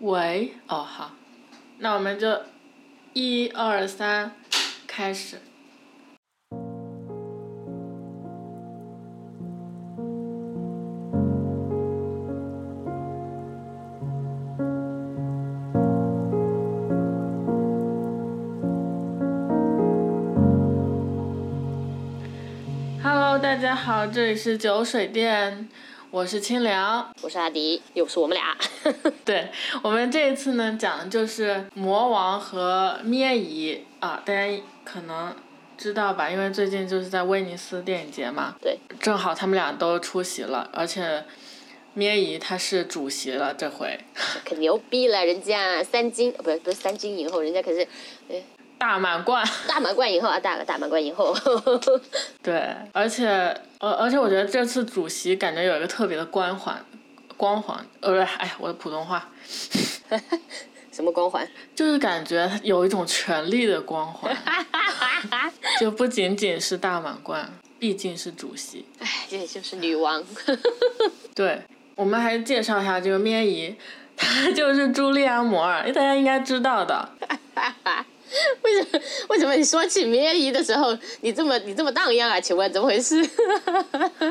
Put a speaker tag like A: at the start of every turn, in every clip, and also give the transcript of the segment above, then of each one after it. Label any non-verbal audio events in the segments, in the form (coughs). A: 喂，哦好，那我们就一二三，开始。Hello，大家好，这里是酒水店，我是清凉。
B: 我是阿迪，又是我们俩。 (laughs)
A: (laughs) 对我们这一次呢，讲的就是魔王和灭蚁啊，大家可能知道吧，因为最近就是在威尼斯电影节嘛，
B: 对，
A: 正好他们俩都出席了，而且灭蚁他是主席了这回，
B: 可牛逼了，人家三金呃不是不是三金影后，人家可是
A: 大满贯。 (laughs)
B: 大满贯影后啊，大大满贯影后。 (laughs)
A: 对，而且呃，而且我觉得这次主席感觉有一个特别的光环，光环，呃，不是，哎，我的普通话
B: 什么光环？
A: 就是感觉他有一种权力的光环，就不仅仅是大满贯，毕竟是主席。
B: 哎，这就是女王。 (laughs)
A: 对，我们还介绍一下这个咩姨，她 (laughs) 就是茱莉安·摩尔，大家应该知道的。
B: 为什么？为什么你说起梅姨的时候，你这么你这么荡漾啊？请问怎么回事？ (laughs)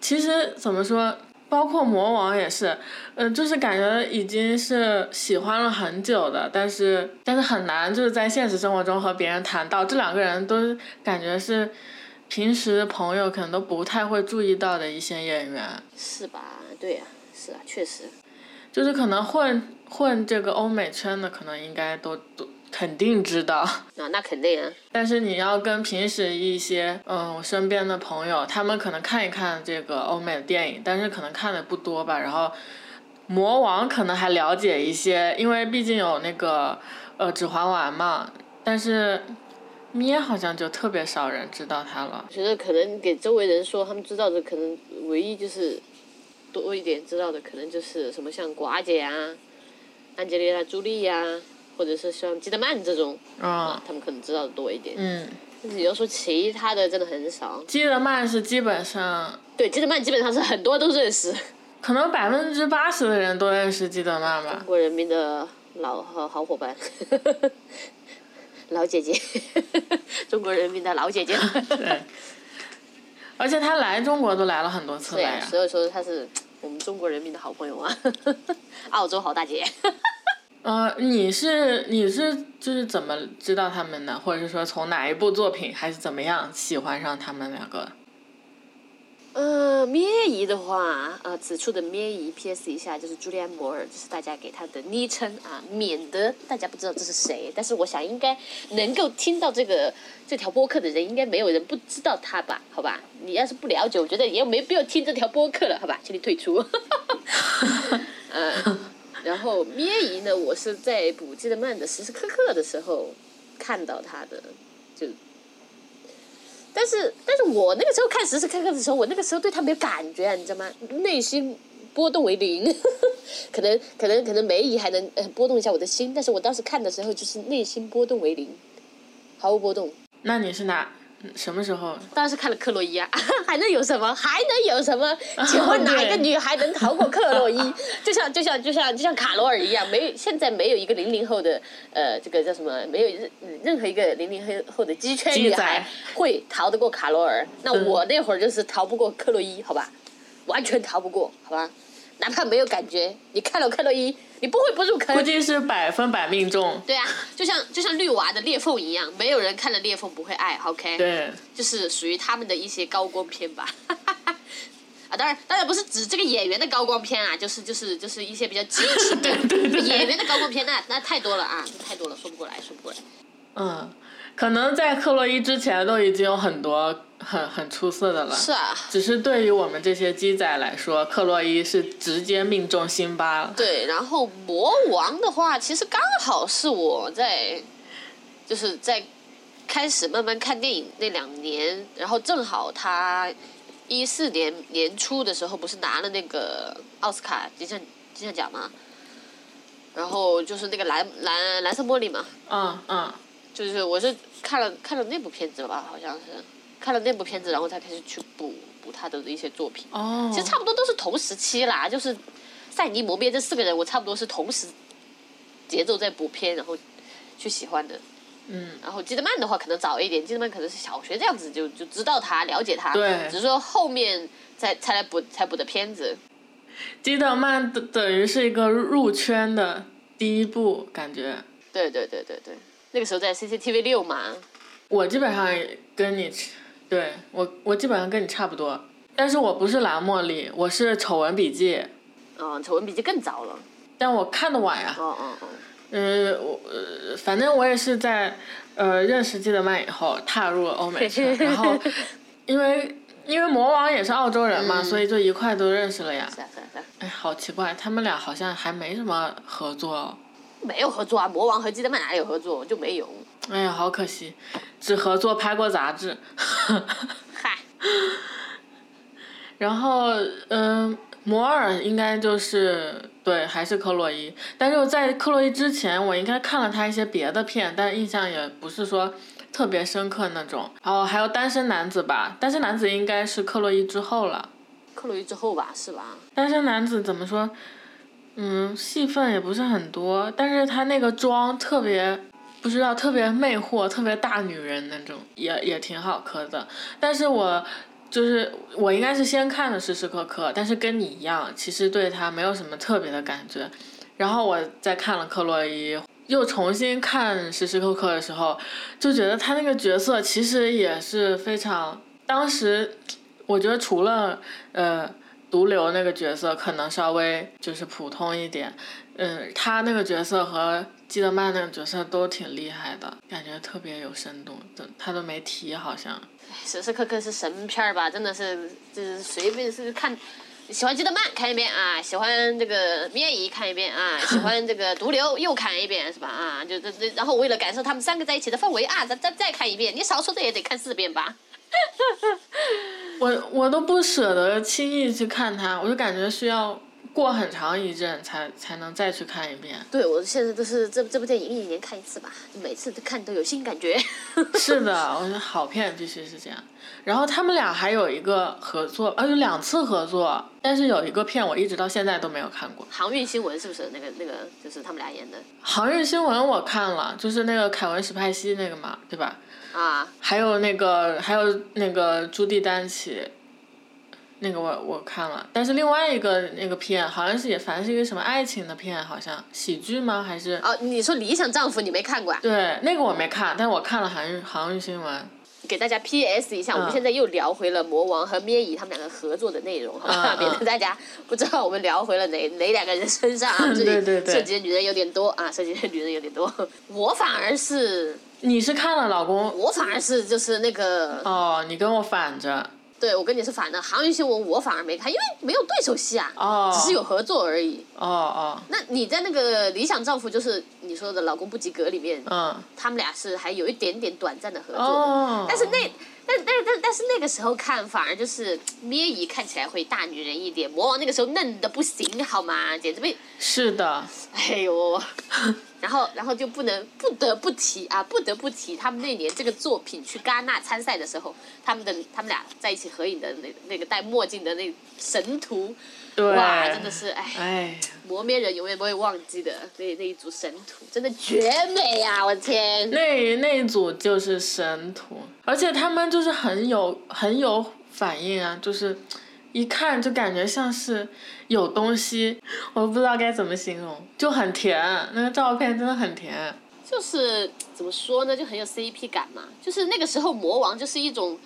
A: 其实怎么说，包括魔王也是，呃，就是感觉已经是喜欢了很久的，但是但是很难就是在现实生活中和别人谈到这两个人都感觉是。平时朋友可能都不太会注意到的一些演员，
B: 是吧？对呀、是啊，确实。
A: 就是可能混混这个欧美圈的，可能应该都都肯定知道。 (laughs)
B: 啊，那肯定啊。
A: 但是你要跟平时一些嗯我身边的朋友，他们可能看一看这个欧美的电影，但是可能看的不多吧。然后，魔王可能还了解一些，因为毕竟有那个呃《指环王》嘛。但是，咩好像就特别少人知道他了。
B: 我觉得可能给周围人说，他们知道的可能唯一就是多一点知道的，可能就是什么像寡姐啊、安吉丽娜·朱莉呀、或者是像基德曼这种
A: 嗯
B: 啊，他们可能知道的多一点。
A: 嗯，
B: 但是你要说其他的，真的很少。
A: 基德曼是基本上
B: 对，基德曼基本上是很多都认 (laughs) 识，
A: 可能百分之八十的人都认识基德曼吧
B: 中。国人民的老好好伙伴， (laughs) 老姐姐， (laughs) 中国人民的老姐 (laughs) 姐。
A: 对，而且他来中国都来了很多次了
B: 对
A: 呀
B: 啊，。所以说她是我们中国人民的好朋友啊， (laughs) 澳洲好大姐。
A: 呃，你是你是就是怎么知道他们的，或者是说从哪一部作品还是怎么样喜欢上他们两个？
B: 呃，咩姨的话，呃，此处的咩姨 P.S. 一下就是朱利安·摩尔，这是大家给她的昵称啊，免得大家不知道这是谁。但是我想，应该能够听到这个这条播客的人，应该没有人不知道她吧？好吧，你要是不了解，我觉得也没必要听这条播客了，好吧，请你退出。 (laughs) 呃，然后咩姨呢，我是在补基德曼的时时刻刻的时候看到她的，就但是，但是我那个时候看《时时刻刻》的时候，我那个时候对他没有感觉啊，你知道吗？内心波动为零， (laughs) 可能可能可能梅姨还能呃波动一下我的心，但是我当时看的时候就是内心波动为零，毫无波动。
A: 那你是哪什么时候？
B: 当时看了克洛伊啊， (laughs) 还能有什么？还能有什么？
A: 啊
B: 请问哪一个女孩能逃过克洛伊？ (laughs) 就像就像就像就像卡罗尔一样，没有现在没有一个零零后的呃这个叫什么？没有任任何一个零零后后的鸡圈
A: 鸡
B: 女
A: 仔嗯
B: 孩会逃得过卡罗尔。那我那会儿就是逃不过克洛伊，好吧，完全逃不过，好吧。哪怕没有感觉，你看了克洛伊，你不会不入坑
A: 估。计是百分百命中。
B: 对啊，就像就像绿娃的裂缝一样，没有人看了裂缝不会爱，OK？ (laughs)
A: 对，
B: 就是属于他们的一些高光片吧。 (laughs) 啊，当然，当然不是指这个演员的高光片啊，就是就是就是一些比较激情 (laughs) 的演员的高光片，那那太多了啊，太多了，说不过来，说不过来。
A: (laughs) 嗯，可能在克洛伊之前都已经有很多很很出色的了。
B: 是啊，
A: 只是对于我们这些鸡仔来说，克洛伊是直接命中辛巴了。
B: 对，然后魔王的话，其实刚好是我在，就是在开始慢慢看电影那两年，然后正好他一四年年初的时候，不是拿了那个奥斯卡金像金像奖嘛，然后就是那个蓝蓝蓝色茉莉嘛，
A: 嗯嗯，
B: 就是我是看了看了那部片子吧，好像是看了那部片子，然后才开始去补补他的一些作品。
A: 哦
B: 其实差不多都是同时期啦，就是赛尼、摩边这四个人，我差不多是同时节奏在补片，然后去喜欢的。
A: 嗯，
B: 然后基德曼的话可能早一点，基德曼可能是小学这样子就就知道他、了解他，
A: 对
B: 只是说后面才才来补才补的片子。
A: 基德曼等等于是一个入圈的第一步，感觉。
B: 对对对对对，那个时候在 CCTV 六嘛，
A: 我基本上也跟你差，对我我基本上跟你差不多，但是我不是蓝茉莉，我是丑闻笔记，
B: 嗯，《丑闻笔记》更早了，
A: 但我看的晚呀、
B: 哦哦哦，
A: 嗯，我呃，反正我也是在呃认识基德曼以后踏入了欧美圈，然后因为因为魔王也是澳洲人嘛，
B: 嗯
A: 所以就一块都认识了呀。
B: 是啊是啊是啊，
A: 哎，好奇怪，他们俩好像还没什么合作哦。
B: 没有合作啊，魔王和基德曼哪里有合作就没有，
A: 哎呀，好可惜，只合作拍过杂志。 (laughs)
B: 嗨，
A: 然后，嗯，摩尔应该就是对，还是克洛伊。但是我在克洛伊之前，我应该看了他一些别的片，但印象也不是说特别深刻那种。然后还有《单身男子》吧，《单身男子》应该是克洛伊之后了。
B: 克洛伊之后吧，是吧？
A: 《单身男子》怎么说？嗯，戏份也不是很多，但是他那个妆特别，不知道特别魅惑，特别大女人那种，也也挺好磕的。但是我就是我应该是先看的时时刻刻，但是跟你一样，其实对他没有什么特别的感觉。然后我再看了克洛伊，又重新看时时刻刻的时候，就觉得他那个角色其实也是非常，当时我觉得除了呃。毒瘤那个角色可能稍微就是普通一点，嗯，他那个角色和基德曼那个角色都挺厉害的，感觉特别有深度，都他都没提好像。
B: 时时刻刻是神片儿吧，真的是就是随便是看，喜欢基德曼看一遍啊，喜欢这个灭姨看一遍 (laughs) 啊，喜欢这个毒瘤又看一遍是吧？啊，就这这，然后为了感受他们三个在一起的氛围啊，咱咱再看一遍，你少说的也得看四遍吧。
A: 我我都不舍得轻易去看它，我就感觉需要过很长一阵才才能再去看一遍。
B: 对，我现在都是这这部电影一年看一次吧，每次都看都有新感觉。 (laughs)
A: 是的，我觉得好片必须是这样。然后他们俩还有一个合作，啊，有两次合作，但是有一个片我一直到现在都没有看过。
B: 航运新闻是不是那个那个就是他们俩演的
A: 航运新闻我看了，就是那个凯文史派西那个嘛，对吧？
B: 啊？
A: 还有那个还有那个朱蒂丹奇，那个我我看了，但是另外一个那个片好像是也反正是一个什么爱情的片，好像喜剧吗？还是
B: 哦，你说《理想丈夫》你没看过啊？
A: 对那个我没看，但我看了韩日航运新闻。
B: 给大家 PS 一下，我们
A: 嗯
B: 现在又聊回了魔王和咩姨他们两个合作的内容，好吧？
A: 嗯嗯
B: (laughs) 免得大家不知道我们聊回了哪哪两个人身上啊。这里
A: 嗯对对对
B: 涉及的女人有点多啊，涉及的女人有点多。 (laughs) 我反而是，
A: 你是看了老公
B: 我反而是就是那个，
A: 哦？你跟我反着
B: 对我跟你是反的。航运新闻我反而没看，因为没有对手戏啊，
A: 哦
B: 只是有合作而已。
A: 哦哦
B: 那你在那个理想丈夫，就是你说的老公不及格里面，
A: 嗯
B: 他们俩是还有一点点短暂的合作的。
A: 哦，
B: 但是那但但但但是那个时候看，反而就是咩姨看起来会大女人一点，魔王那个时候嫩的不行，好吗？简直被
A: 是的，
B: 哎呦，然后然后就不能不得不提啊，不得不提他们那年这个作品去戛纳参赛的时候，他们的他们俩在一起合影的那那个戴墨镜的那神图，
A: 对，
B: 哇，真的是哎，
A: 哎，
B: 磨灭人永远不会忘记的那那一组神图，真的绝美啊！我的天，
A: 那那一组就是神图，而且他们就是很有很有反应啊，就是一看就感觉像是有东西，我不知道该怎么形容，就很甜，那个照片真的很甜。
B: 就是怎么说呢，就很有 CP 感嘛。就是那个时候魔王就是一种，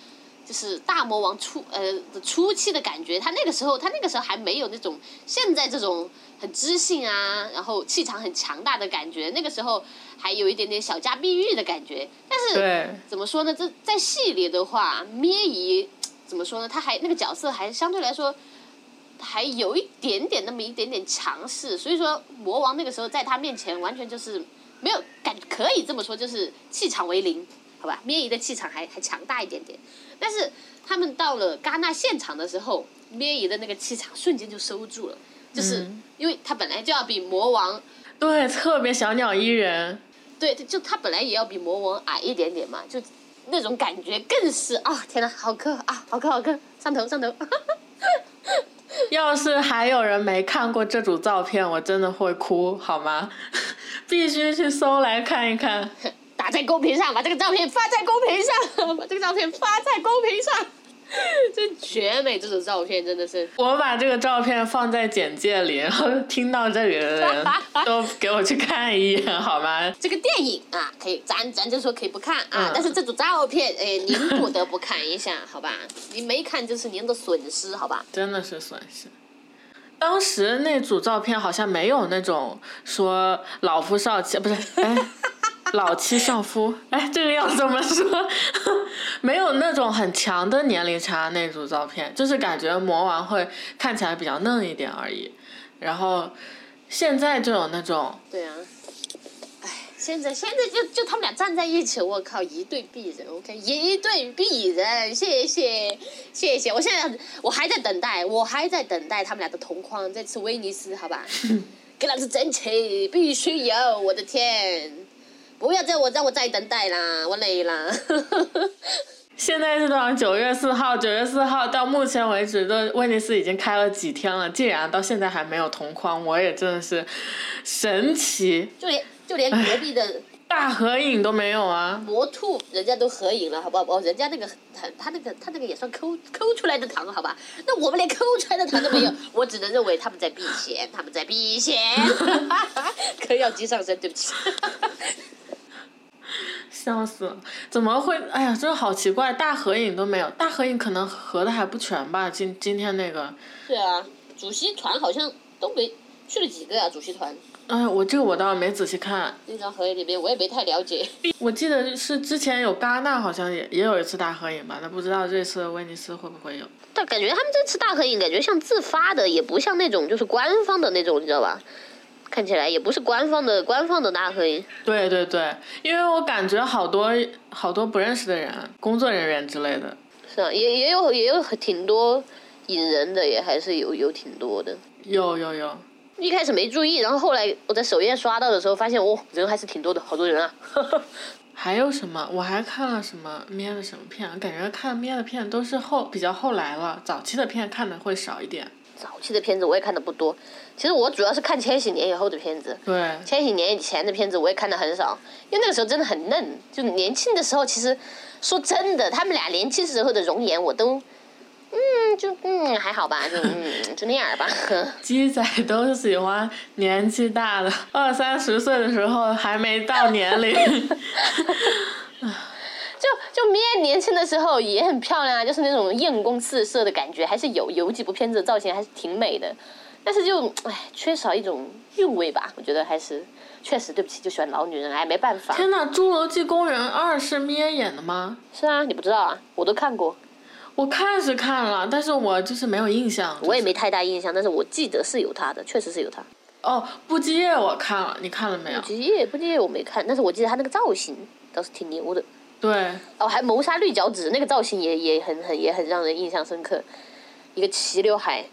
B: 就是大魔王初呃的初期的感觉。他那个时候他那个时候还没有那种现在这种很知性啊，然后气场很强大的感觉。那个时候还有一点点小家碧玉的感觉。但是
A: 对，
B: 怎么说呢，这在戏里的话，咩姨怎么说呢，她还那个角色还相对来说。还有一点点那么一点点强势，所以说魔王那个时候在他面前完全就是没有感，可以这么说，就是气场为零，好吧？咩姨的气场还还强大一点点，但是他们到了戛纳现场的时候，咩姨的那个气场瞬间就收住了，就是
A: 嗯
B: 因为他本来就要比魔王，
A: 对，特别小鸟依人，
B: 对，就他本来也要比魔王矮一点点嘛，就那种感觉更是啊，天呐，好磕啊，好磕好磕，上头上头，
A: 要是还有人没看过这组照片，我真的会哭，好吗？ (laughs) 必须去搜来看一看。
B: (laughs) 打在公屏上，把这个照片发在公屏上，把这个照片发在公屏上。 (laughs) 这绝美，这种照片真的是。
A: 我把这个照片放在简介里，然后听到这里的人都给我去看一眼，好吗？
B: 这个电影啊，可以，咱咱就说可以不看啊，
A: 嗯
B: 但是这组照片，哎，您不得不看一下，好吧？您没看就是您的损失，好吧？
A: 真的是损失。当时那组照片好像没有那种说老夫少妻，不是，哎，老妻少夫，哎，这个要怎么说？ (laughs) 没有那种很强的年龄差那组照片，就是感觉魔王会看起来比较嫩一点而已。然后现在就有那种
B: 对啊。哎，现在现在就就他们俩站在一起，我靠，一对璧人，OK，一对璧人，谢谢谢谢，我现在我还在等待，我还在等待他们俩的同框，这次威尼斯，好吧，给老子争取，必须有，我的天，不要再我让我再等待啦，我累啦。 (laughs)
A: 现在是多少？九月四号，九月四号到目前为止，都威尼斯已经开了几天了，竟然到现在还没有同框，我也真的是神奇，
B: 就连就连隔壁的
A: 大合影都没有啊！
B: 魔兔，人家都合影了，好不好？哦，人家那个他他那个他那个也算抠抠出来的糖，好吧？那我们连抠出来的糖都没 (laughs) 有，我只能认为他们在避嫌，他们在避嫌， (laughs) 嗑药机上身，对不起。 (laughs)
A: 笑死了，怎么会？哎呀，真的好奇怪，大合影都没有，大合影可能合的还不全吧。今今天那个，
B: 对啊，主席团好像都没去了几个啊呀、主席团
A: 哎呀，我这个我倒没仔细看，
B: 那张合影里面我也没太了解。
A: 我记得是之前有戛纳好像也也有一次大合影吧，那不知道这次威尼斯会不会有？
B: 但感觉他们这次大合影，感觉像自发的，也不像那种就是官方的那种，你知道吧？看起来也不是官方的官方的大合影。
A: 对对对，因为我感觉好多好多不认识的人，工作人员之类的，
B: 是啊，也也有也有很挺多引人的，也还是有有挺多的。
A: 有有有，
B: 一开始没注意，然后后来我在首页刷到的时候，发现哦，人还是挺多的，好多人啊。 (laughs)
A: 还有什么？我还看了什么咩的什么片啊？感觉看咩的片都是后比较后来了，早期的片看的会少一点。
B: 早期的片子我也看的不多，其实我主要是看千禧年以后的片子。
A: 对，
B: 千禧年以前的片子我也看的很少，因为那个时候真的很嫩，就年轻的时候，其实说真的，他们俩年轻时候的容颜我都，嗯，就嗯还好吧，就嗯就那样儿吧。 (laughs)
A: 鸡仔都喜欢年纪大的，二三十岁的时候还没到年龄。 (laughs)
B: 就就米娅年轻的时候也很漂亮啊，就是那种艳光四射的感觉，还是有有几部片子的造型还是挺美的，但是就唉缺少一种韵味吧，我觉得还是确实对不起，就喜欢老女人，哎没办法。 (laughs)
A: 天呐，《侏罗纪公园二》是咩演的吗？
B: 是啊，你不知道啊，我都看过，
A: 我看是看了，但是我就是没有印象。
B: 我也没太大印象，但是我记得是有她的，确实是有她。
A: 哦，《布基夜》我看了，你看了没有
B: 不？吉夜不吉夜我没看，但是我记得她那个造型倒是挺牛的。
A: 对，
B: 哦，还谋杀绿脚趾那个造型也也很很也很让人印象深刻，一个齐刘海，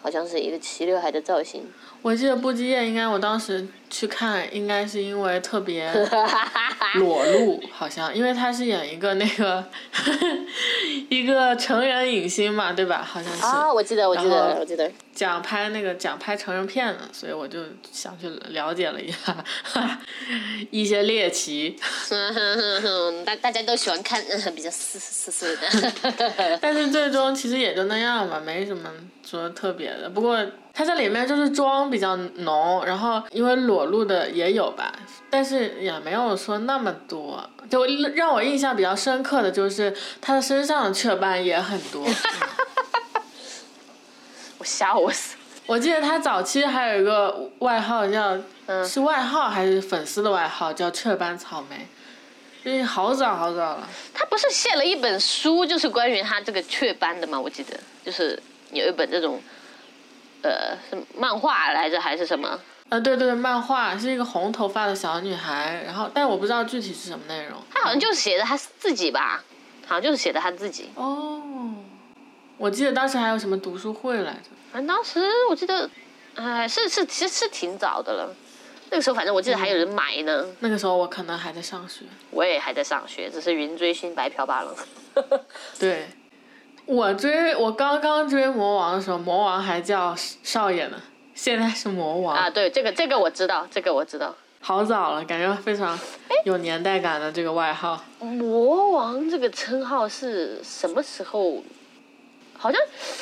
B: 好像是一个齐刘海的造型。
A: 我记得《布基夜》应该我当时去看，应该是因为特别
B: (laughs)
A: 裸露，好像，因为他是演一个那个 (laughs) 一个成人影星嘛，对吧？好像
B: (laughs)
A: 是、
B: 啊，我记得，我记
A: 然
B: 得，
A: 后
B: 我记得。
A: 讲拍那个讲拍成人片的，所以我就想去了解了一下 (laughs) 一些猎奇，
B: (laughs) 大大家都喜欢看嗯比较四四四的。
A: 但是最终其实也就那样吧，没什么说特别的。不过他在里面就是妆比较浓，然后因为裸露的也有吧，但是也没有说那么多。就让我印象比较深刻的就是他的身上的雀斑也很多。
B: (laughs) 我笑死。
A: 我记得他早期还有一个外号叫，是外号还是粉丝的外号叫雀斑草莓，就是好早好早了。
B: 他不是写了一本书，就是关于他这个雀斑的吗？我记得就是有一本这种，呃，是漫画来着还是什么？
A: 啊，对对，漫画是一个红头发的小女孩，然后但我不知道具体是什么内容。
B: 他好像就是写的他自己吧，好像就是写的他自己。
A: 哦，我记得当时还有什么读书会来着。
B: 反正当时我记得，哎、是是，其实是挺早的了。那个时候反正我记得还有人买呢，
A: 那个时候我可能还在上学。
B: 我也还在上学，只是云追星白嫖罢了。
A: 对，我追我刚刚追魔王的时候，魔王还叫少爷呢，现在是魔王，
B: 啊，对，这个这个我知道，这个我知道。
A: 好早了，感觉非常有年代感的这个外号。
B: 魔王这个称号是什么时候？好像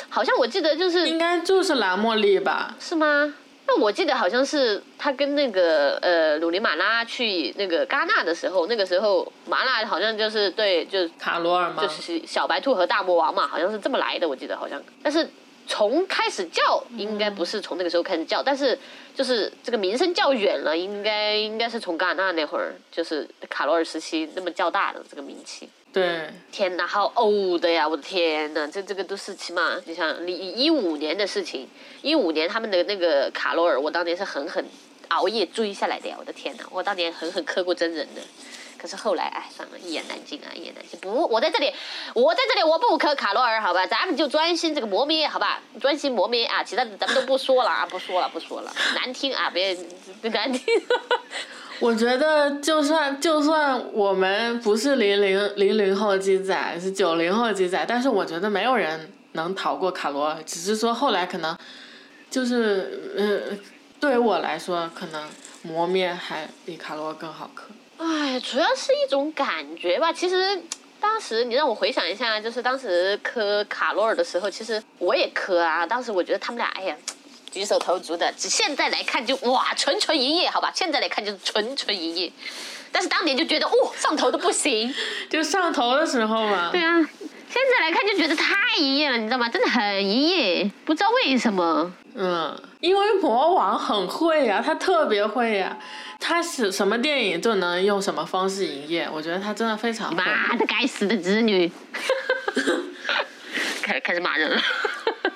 B: 好像我记得就是
A: 应该就是蓝茉莉吧？
B: 是吗？那我记得好像是他跟那个呃鲁尼马拉去那个戛纳的时候，那个时候麻辣好像就是对就
A: 卡罗尔吗？
B: 就是小白兔和大魔王嘛，好像是这么来的，我记得好像。但是从开始叫应该不是从那个时候开始叫，但是就是这个名声较远了，应该应该是从戛纳那会儿，就是卡罗尔时期那么较大的这个名气。
A: 对，
B: 天哪，好呕的呀！我的天哪，这这个都是起码你想，你一五年的事情，一五年他们的那个卡罗尔，我当年是狠狠熬夜追下来的呀！我的天哪，我当年狠狠磕过真人的，可是后来哎算了，一言难尽啊，一言难尽。不，我在这里，我在这里我不磕卡罗尔，好吧，咱们就专心这个磨灭，好吧，专心磨灭啊，其他的咱们都不说了啊，不说了，不说了，难听啊，别难听。
A: 我觉得就算就算我们不是零零零零后鸡仔，是九零后鸡仔，但是我觉得没有人能逃过卡罗尔，只是说后来可能就是呃，对于我来说，可能磨灭还比卡罗尔更好磕。
B: 哎，主要是一种感觉吧。其实当时你让我回想一下，就是当时磕卡罗尔的时候，其实我也磕啊。当时我觉得他们俩，哎呀，举手投足的，只现在来看就哇，纯纯一夜，好吧？现在来看就是纯纯一夜，但是当年就觉得哦，上头的不行。
A: 就上头的时候嘛，
B: 对啊，现在来看就觉得太一夜了，你知道吗？真的很一夜，不知道为什么。
A: 嗯，因为魔王很会呀、他特别会呀、他是什么电影就能用什么方式营业，我觉得他真的非常会。
B: 妈的，该死的侄女！ (laughs) 开开始骂人了。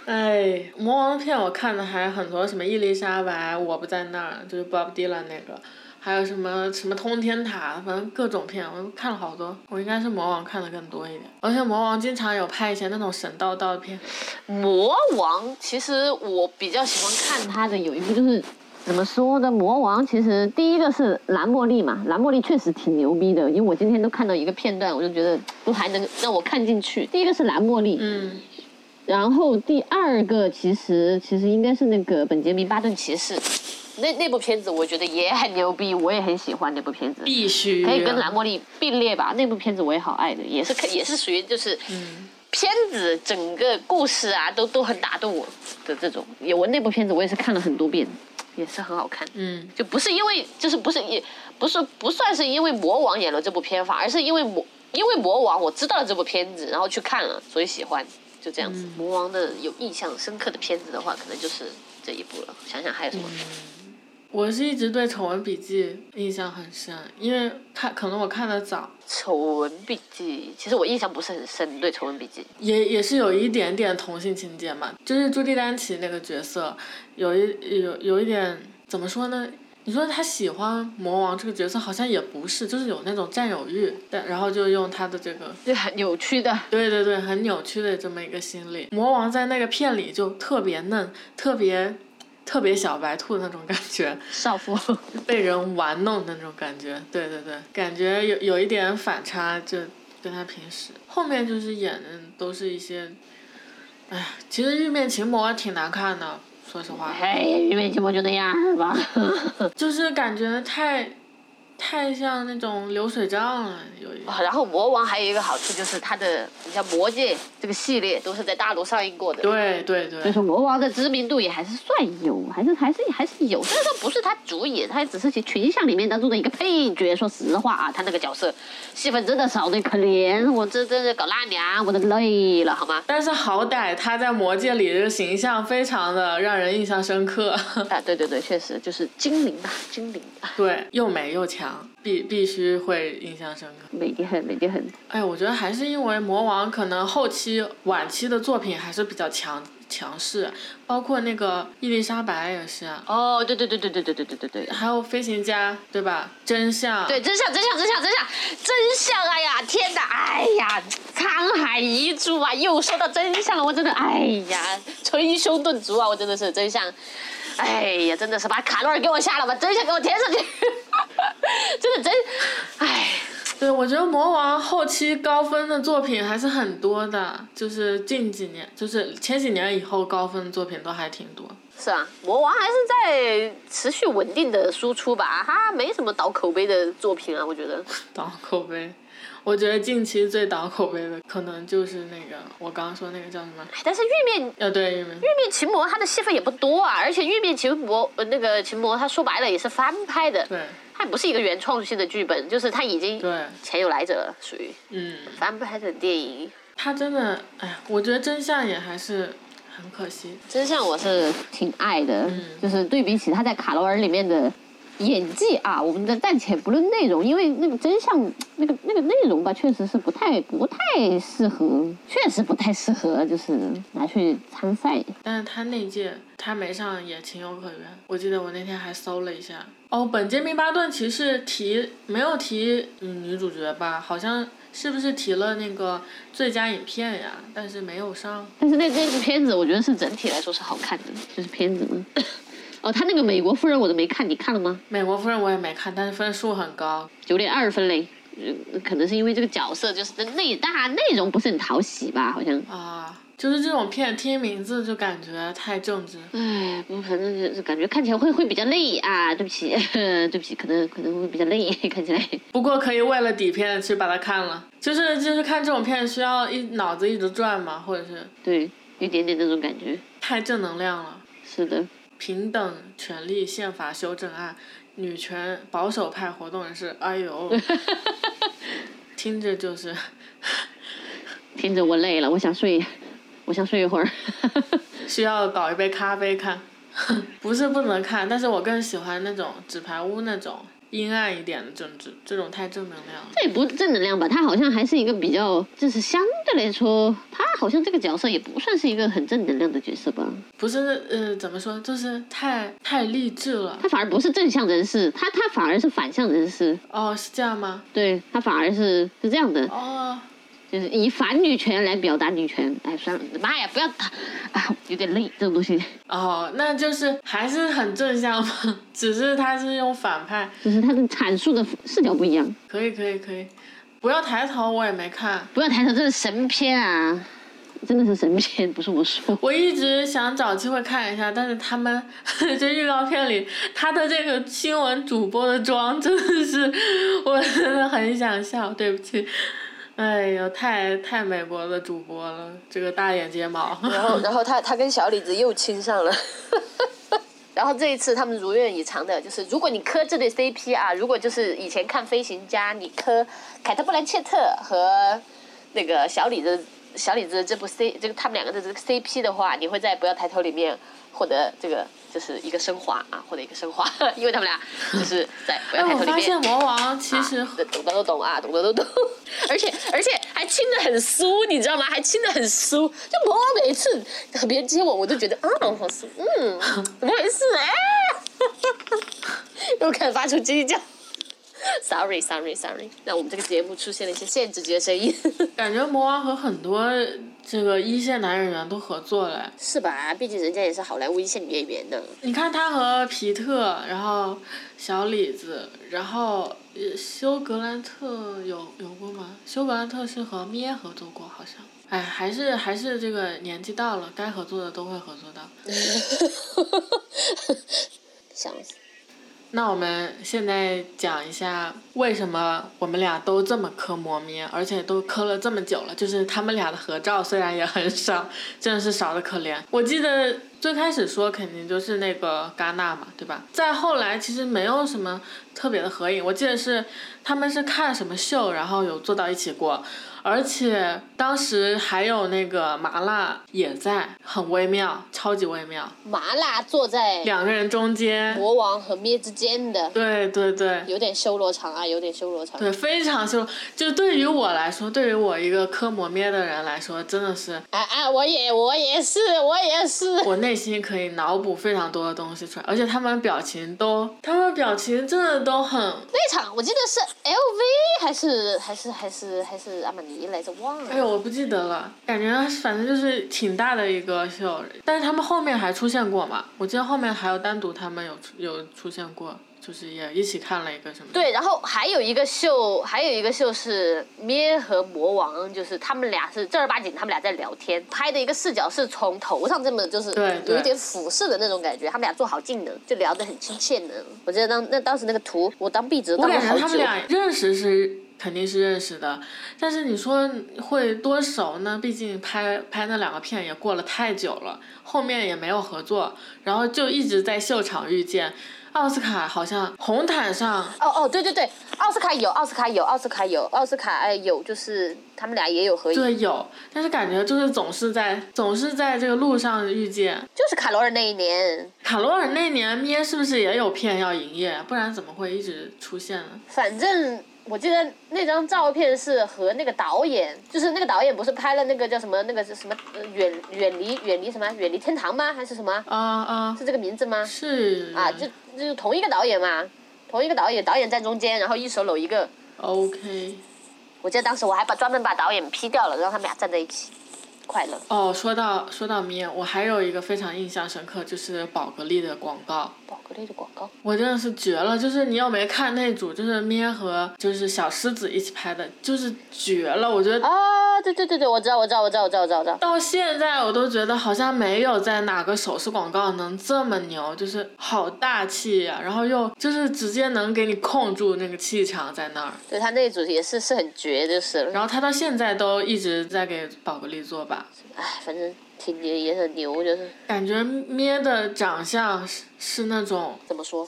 A: 哎，魔王片我看的还很多，什么伊丽莎白，我不在那儿，就是 Bob Dylan 那个，还有什么什么通天塔，反正各种片我看了好多。我应该是魔王看的更多一点，而且魔王经常有拍一些那种神叨叨的片。
B: 魔王，其实我比较喜欢看他的有一部就是。怎么说呢？魔王其实第一个是蓝茉莉嘛，蓝茉莉确实挺牛逼的，因为我今天都看到一个片段，我就觉得都还能让我看进去。第一个是蓝茉莉，
A: 嗯，
B: 然后第二个其实其实应该是那个本杰明巴顿骑士，那那部片子我觉得也很牛逼，我也很喜欢那部片子，
A: 必须、
B: 可以跟蓝。茉莉并列吧。那部片子我也好爱的，也是可也是属于就是
A: 嗯，
B: 片子整个故事啊，都都很打动我的这种。也我那部片子我也是看了很多遍，也是很好看。
A: 嗯，
B: 就不是因为，就是不是也不是不算是因为魔王演了这部片反而是因为魔因为魔王我知道了这部片子，然后去看了，所以喜欢，就这样子。魔王的有印象深刻的片子的话，可能就是这一部了。想想还有什么？
A: 我是一直对《丑闻笔记》印象很深，因为看可能我看的早，
B: 丑闻笔记》其实我印象不是很深，对《丑闻笔记》
A: 也也是有一点点同性情节嘛，就是朱莉丹奇那个角色，有一有有一点怎么说呢？你说她喜欢魔王这个角色，好像也不是，就是有那种占有欲，但然后就用她的这个，
B: 就很扭曲的。
A: 对对对，很扭曲的这么一个心理。魔王在那个片里就特别嫩，特别特别小白兔那种感觉，
B: 少妇，
A: 被人玩弄的那种感觉，对对对，感觉有有一点反差，就跟他平时后面就是演的都是一些，哎呀，其实《玉面琴魔》挺难看的，说实话，
B: (laughs) 哎，因为节目就那样儿吧。 (laughs)
A: 就是感觉太太像那种流水账了，有一
B: 啊然后魔王还有一个好处就是它的，你像魔戒这个系列都是在大陆上映过的，
A: 对对
B: 所以
A: 对，
B: 说魔王的知名度也还是算有，还是还是还是有。虽然说不是他主演，他只是其群像里面当中的一个配角。说实话啊，他那个角色戏份真的少的可怜，我这真的搞烂娘，我都累了好吗？
A: 但是好歹他在《魔戒》里这个形象非常的让人印象深刻，
B: (laughs)
A: (laughs)
B: 啊，对对对，确实就是精灵吧，精灵啊，
A: 对，又美又强，必必须会印象深刻。
B: 美得很，美得很。
A: 哎，我觉得还是因为魔王可能后期晚期的作品还是比较强强势，包括那个伊丽莎白也是，啊，
B: 哦，对对对对对对对对对对。
A: 还有飞行家对吧？真相
B: 对，真相，真相，真相，真相，真相！哎呀，天哪！哎呀，沧海遗珠啊！又说到真相了，我真的，哎呀，捶胸顿足啊！我真的是真相，哎呀，真的 (laughs) 是把卡罗尔给我下了，把真相给我填上去，真的真，哎，
A: 对，我觉得魔王后期高分的作品还是很多的，就是近几年，就是前几年以后高分的作品都还挺多。
B: 是啊，魔王还是在持续稳定的输出吧，他没什么倒口碑的作品啊，我觉得。
A: 倒口碑，我觉得近期最倒口碑的可能就是那个我刚刚说那个叫什么？
B: 哎但是玉面
A: 呃、对，玉梅。
B: 玉面琴魔他的戏份也不多啊，而且玉面琴魔呃那个琴魔他说白了也是翻拍的，
A: 对
B: 他也不是一个原创性的剧本，就是他已经
A: 对，
B: 前有来者了，属于
A: 嗯，
B: 翻拍的电影。
A: 他真的，哎呀，我觉得真相也还是很可惜。
B: 真相我是挺爱的，
A: 嗯
B: 就是对比起他在《卡罗尔》里面的演技啊，我们的暂且不论内容，因为那个真相那个那个内容吧，确实是不太不太适合，确实不太适合，就是拿去参赛。
A: 但是他那届他没上也情有可原。我记得我那天还搜了一下，哦，本杰明巴顿其实提没有提、嗯、女主角吧？好像是不是提了那个最佳影片呀？但是没有上。
B: 但是那那部片子，我觉得是整体来说是好看的，就是片 (laughs) 子嘛。哦，他那个《美国夫人》我都没看，你看了吗？
A: 美国夫人我也没看，但是分数很高。
B: 九点二分嘞。呃可能是因为这个角色就是的内大内容不是很讨喜吧，好像。
A: 啊，就是这种片，听名字就感觉太正直。
B: 哎，不，反正就是感觉看起来会会比较累啊。对不起， (laughs) 对不起，可能可能会比较累， (laughs) 看起来。
A: 不过可以为了底片去把它看了，就是就是看这种片需要一脑子一直转嘛，或者是
B: 对，有点点那种感觉。
A: 太正能量了。
B: 是的， (laughs)
A: 平等权利宪法修正案，女权保守派活动人士，哎呦，听着就是，
B: 听着我累了，我想睡，我想睡一会儿。 (laughs)
A: 需要搞一杯咖啡看， (laughs) 不是不能看，但是我更喜欢那种纸牌屋那种阴暗一点的政治，这种太正能量了。
B: 这也不是正能量吧？他好像还是一个比较，就是相对来说，他好像这个角色也不算是一个很正能量的角色吧。
A: 不是，呃，怎么说，就是太太励志了。
B: 他反而不是正向人士，他他反而是反向人士。
A: 哦，是这样吗？
B: 对他反而是是这样的，
A: 哦，
B: 就是以反女权来表达女权。哎，算了，妈呀，不要啊啊，有点累，这种东西。
A: 哦，那就是还是很正向嘛， (laughs) 只是他是用反派。
B: 只是他的阐述的视角不一样。
A: 可以，可以，可以。不要抬头，我也没看。
B: 不要抬头，这是神片啊，真的是神片，不是我说。
A: 我一直想找机会看一下，但是他们 (laughs) 这预告片里他的这个新闻主播的妆真的是，我真的很想笑，对不起。哎呦，太太美国的主播了，这个大眼睫毛。
B: 然后，然后他他跟小李子又亲上了。 (laughs) 然后这一次他们如愿以偿的，就是如果你磕这对 CP 啊，如果就是以前看《飞行家》，你磕凯特·布兰切特和那个小李子小李子这部 C 这个他们两个的这个 CP 的话，你会在《不要抬头》里面获得这个就是一个升华啊，获得一个升华， (laughs) 因为他们俩就是在《不
A: 哎，
B: 要抬
A: 我
B: 头》里
A: 发
B: 面
A: 现魔王其实、
B: 啊懂的都懂啊，懂的都懂， (laughs) 而且而且还亲的很酥，你知道吗？还亲的很酥，就魔王每一次和别人接吻，我都觉得啊，好酥，嗯，怎么回事？哎， (laughs) 又开始发出鸡叫。Sorry, sorry, sorry。那我们这个节目出现了一些限制级的声音， (laughs)
A: 感觉魔王和很多这个一线男演员都合作了。哎
B: 是吧？毕竟人家也是好莱坞一线女演员 (laughs) 呢。
A: 你看他和皮特，然后小李子，然后呃休格兰特有有过吗？休格兰特是和咩合作过，好像。哎，还是还是这个年纪到了，该合作的都会合作到。
B: 笑死！
A: 那我们现在讲一下为什么我们俩都这么磕魔咩，而且都磕了这么久了。就是他们俩的合照虽然也很少，真的是少的可怜。我记得最开始说肯定就是那个戛纳嘛，对吧？再后来其实没有什么特别的合影，我记得是他们是看什么秀，然后有坐到一起过。而且当时还有那个麻辣也在，很微妙，超级微妙，
B: 麻辣坐在
A: 两个人中间，
B: 魔王和咩之间的，
A: 对对对，
B: 有点修罗场啊，有点修罗场。
A: 对，非常羞。就对于我来说，对于我一个磕磨咩的人来说，真的是
B: 哎哎，我也我也是 (laughs) 我也是。
A: 我内心可以脑补非常多的东西出来，而且他们表情都，他们表情真的都很
B: 那场我记得是 LV 还是还是还是还是阿玛尼集来着？忘
A: 哎
B: 了。
A: 呦，我不记得了，感觉反正就是挺大的一个秀，但是他们后面还出现过嘛？我记得后面还有单独他们有出有出现过，就是也一起看了一个什么？
B: 对，然后还有一个秀，还有一个秀是咩和魔王，就是他们俩是正儿八经，他们俩在聊天，拍的一个视角是从头上这么就是
A: 对对
B: 有一点俯视的那种感觉，他们俩做好近的，就聊得很亲切呢。我记得当那当时那个图，我当壁纸
A: 我
B: 当了
A: 感觉
B: 好
A: 他们
B: 久。
A: 俩认识是肯定是认识的，但是你说会多熟呢？毕竟拍拍那两个片也过了太久了，后面也没有合作，然后就一直在秀场遇见。奥斯卡好像红毯上
B: 哦哦，对对对，奥斯卡有，奥斯卡有，奥斯卡有，奥斯卡哎有，就是他们俩也有合影，
A: 对有，但是感觉就是总是在总是在这个路上遇见。
B: 就是卡罗尔那一年，
A: 卡罗尔那年咩是不是也有片要营业？不然怎么会一直出现呢？
B: 反正我记得那张照片是和那个导演，就是那个导演不是拍了那个叫什么那个是什么呃远远离远离什么远离天堂吗？还是什么？
A: 啊啊，
B: 是这个名字吗？
A: 是
B: 啊，就就是同一个导演嘛，同一个导演，导演站中间，然后一手搂一个。
A: OK。
B: 我记得当时我还把专门把导演 P 掉了，让他们俩站在一起，快乐。
A: 哦，说到说到咩，我还有一个非常印象深刻，就是宝格丽的广告，
B: 宝格丽的广告，
A: 我真的是绝了。就是你有没看那组，就是咩和就是小狮子一起拍的，就是绝了。我觉得
B: 啊，对对对对，我知道我知道我知道我知道我知道我知道。
A: 到现在我都觉得好像没有在哪个首饰广告能这么牛，就是好大气呀、然后又就是直接能给你控住那个气场在那儿。
B: 对他那一组也是是很绝，就是了。
A: 然后他到现在都一直在给宝格丽做吧，
B: 哎，反正挺牛也很牛，就是
A: 感觉咩的长相是是那种，
B: 怎么说？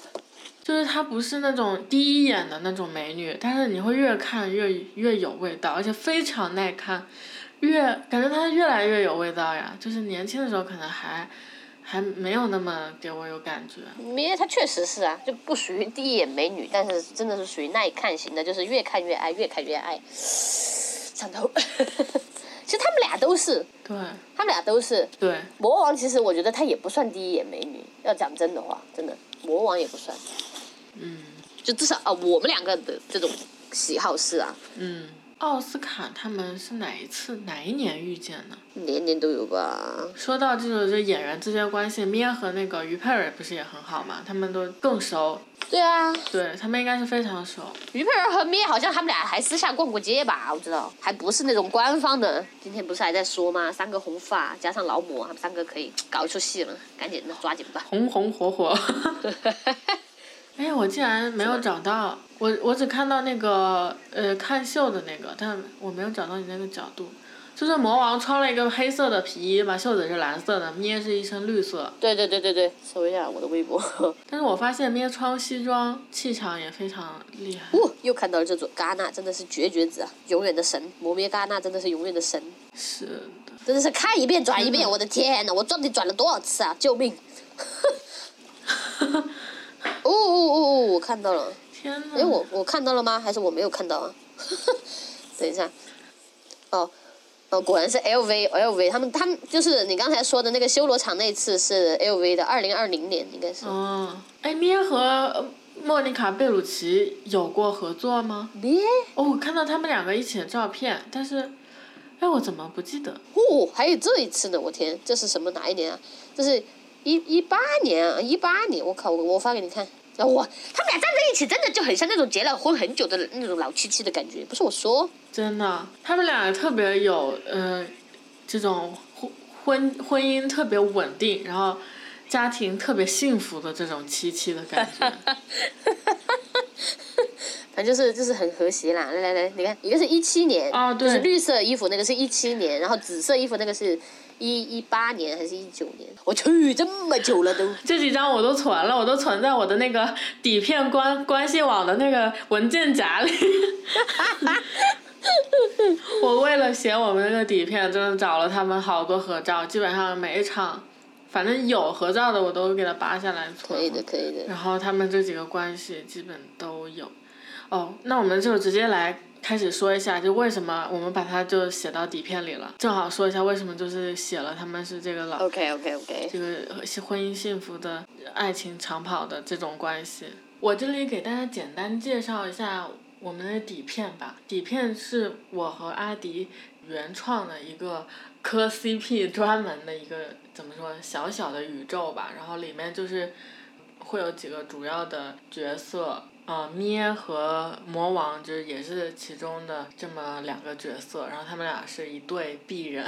A: 就是她不是那种第一眼的那种美女，但是你会越看越越有味道，而且非常耐看，越感觉她越来越有味道呀。就是年轻的时候可能还还没有那么给我有感觉。
B: 咩，她确实是啊，就不属于第一眼美女，但是真的是属于耐看型的，就是越看越爱，越看越爱。上头， (laughs) 其实他们俩都是，
A: 对
B: 他们俩都是。
A: 对，
B: 魔王其实我觉得她也不算第一眼美女，要讲真的话，真的魔王也不算，
A: 嗯
B: 就至少啊、我们两个的这种喜好是啊，
A: 嗯。奥斯卡他们是哪一次哪一年遇见的？
B: 年年都有吧。
A: 说到这种就演员之间关系，咩和那个于佩尔不是也很好嘛？他们都更熟，
B: 对啊，
A: 对他们应该是非常熟。
B: 于佩儿和咩好像他们俩还私下逛过街吧，我知道，还不是那种官方的。今天不是还在说吗？三个红发加上劳模，他们三个可以搞一出戏了，赶紧的，抓紧吧。
A: 红红火火。哎，我竟然没有找到，我我只看到那个呃看秀的那个，但我没有找到你那个角度。就是魔王穿了一个黑色的皮衣嘛，袖子是蓝色的，咩是一身绿色。
B: 对对对对对，搜一下我的微 (laughs) 博。
A: 但是我发现咩穿西装气场也非常厉害，
B: 哦，又看到了这组戛纳，真的是绝绝子啊，永远的神，摩咩戛纳真的是永远的神，
A: 是的。
B: 真的是看一遍转一遍，我的天呐，我到底转了多少次啊？救命！哦哦哦哦，我看到了。
A: (laughs) 天呐！
B: 哎，我我看到了吗？还是我没有看到啊？ (laughs) 等一下，哦哦，果然是 LV LV，他们他们就是你刚才说的那个修罗场那一次是 LV 的，二零二零年应该是。
A: 哦，哎，咩和呃莫妮卡贝鲁奇有过合作吗？
B: 咩、
A: 哦，我看到他们两个一起的照片，但是，哎，我怎么不记得？
B: 哦，还有这一次呢！我天，这是什么哪一年啊？这是一一八年啊，一八年！我靠，我我发给你看。啊，哇，他们俩站在一起，真的就很像那种结了婚很久的那种老七七的感觉。不是我说，
A: 真的，他们俩特别有呃，这种婚婚婚姻特别稳定，然后家庭特别幸福的这种七七的感
B: (laughs)
A: 觉。
B: 反正就是就是很和谐啦。来来来，你看，一个是一七年，
A: 啊对
B: 就是绿色衣服那个是一七年，然后紫色衣服那个是一一八年还是一九年？我去，这么久了都。
A: 这几张我都存了，我都存在我的那个底片关关系网的那个文件夹里。 (laughs) 我为了写我们那个底片，真的找了他们好多合照，基本上每一场，反正有合照的我都给它扒下来存
B: 可以
A: 了
B: 的，。可以的。
A: 然后他们这几个关系基本都有。哦，那我们就直接来开始说一下，就为什么我们把它就写到底片里了。正好说一下为什么就是写了他们是这个老
B: OK OK OK，
A: 这个是婚姻幸福的爱情长跑的这种关系。我这里给大家简单介绍一下我们的底片吧，底片是我和阿迪原创的一个磕 CP 专门的一个怎么说小小的宇宙吧，然后里面就是会有几个主要的角色，呃，咩和魔王就是也是其中的这么两个角色，然后他们俩是一对璧人，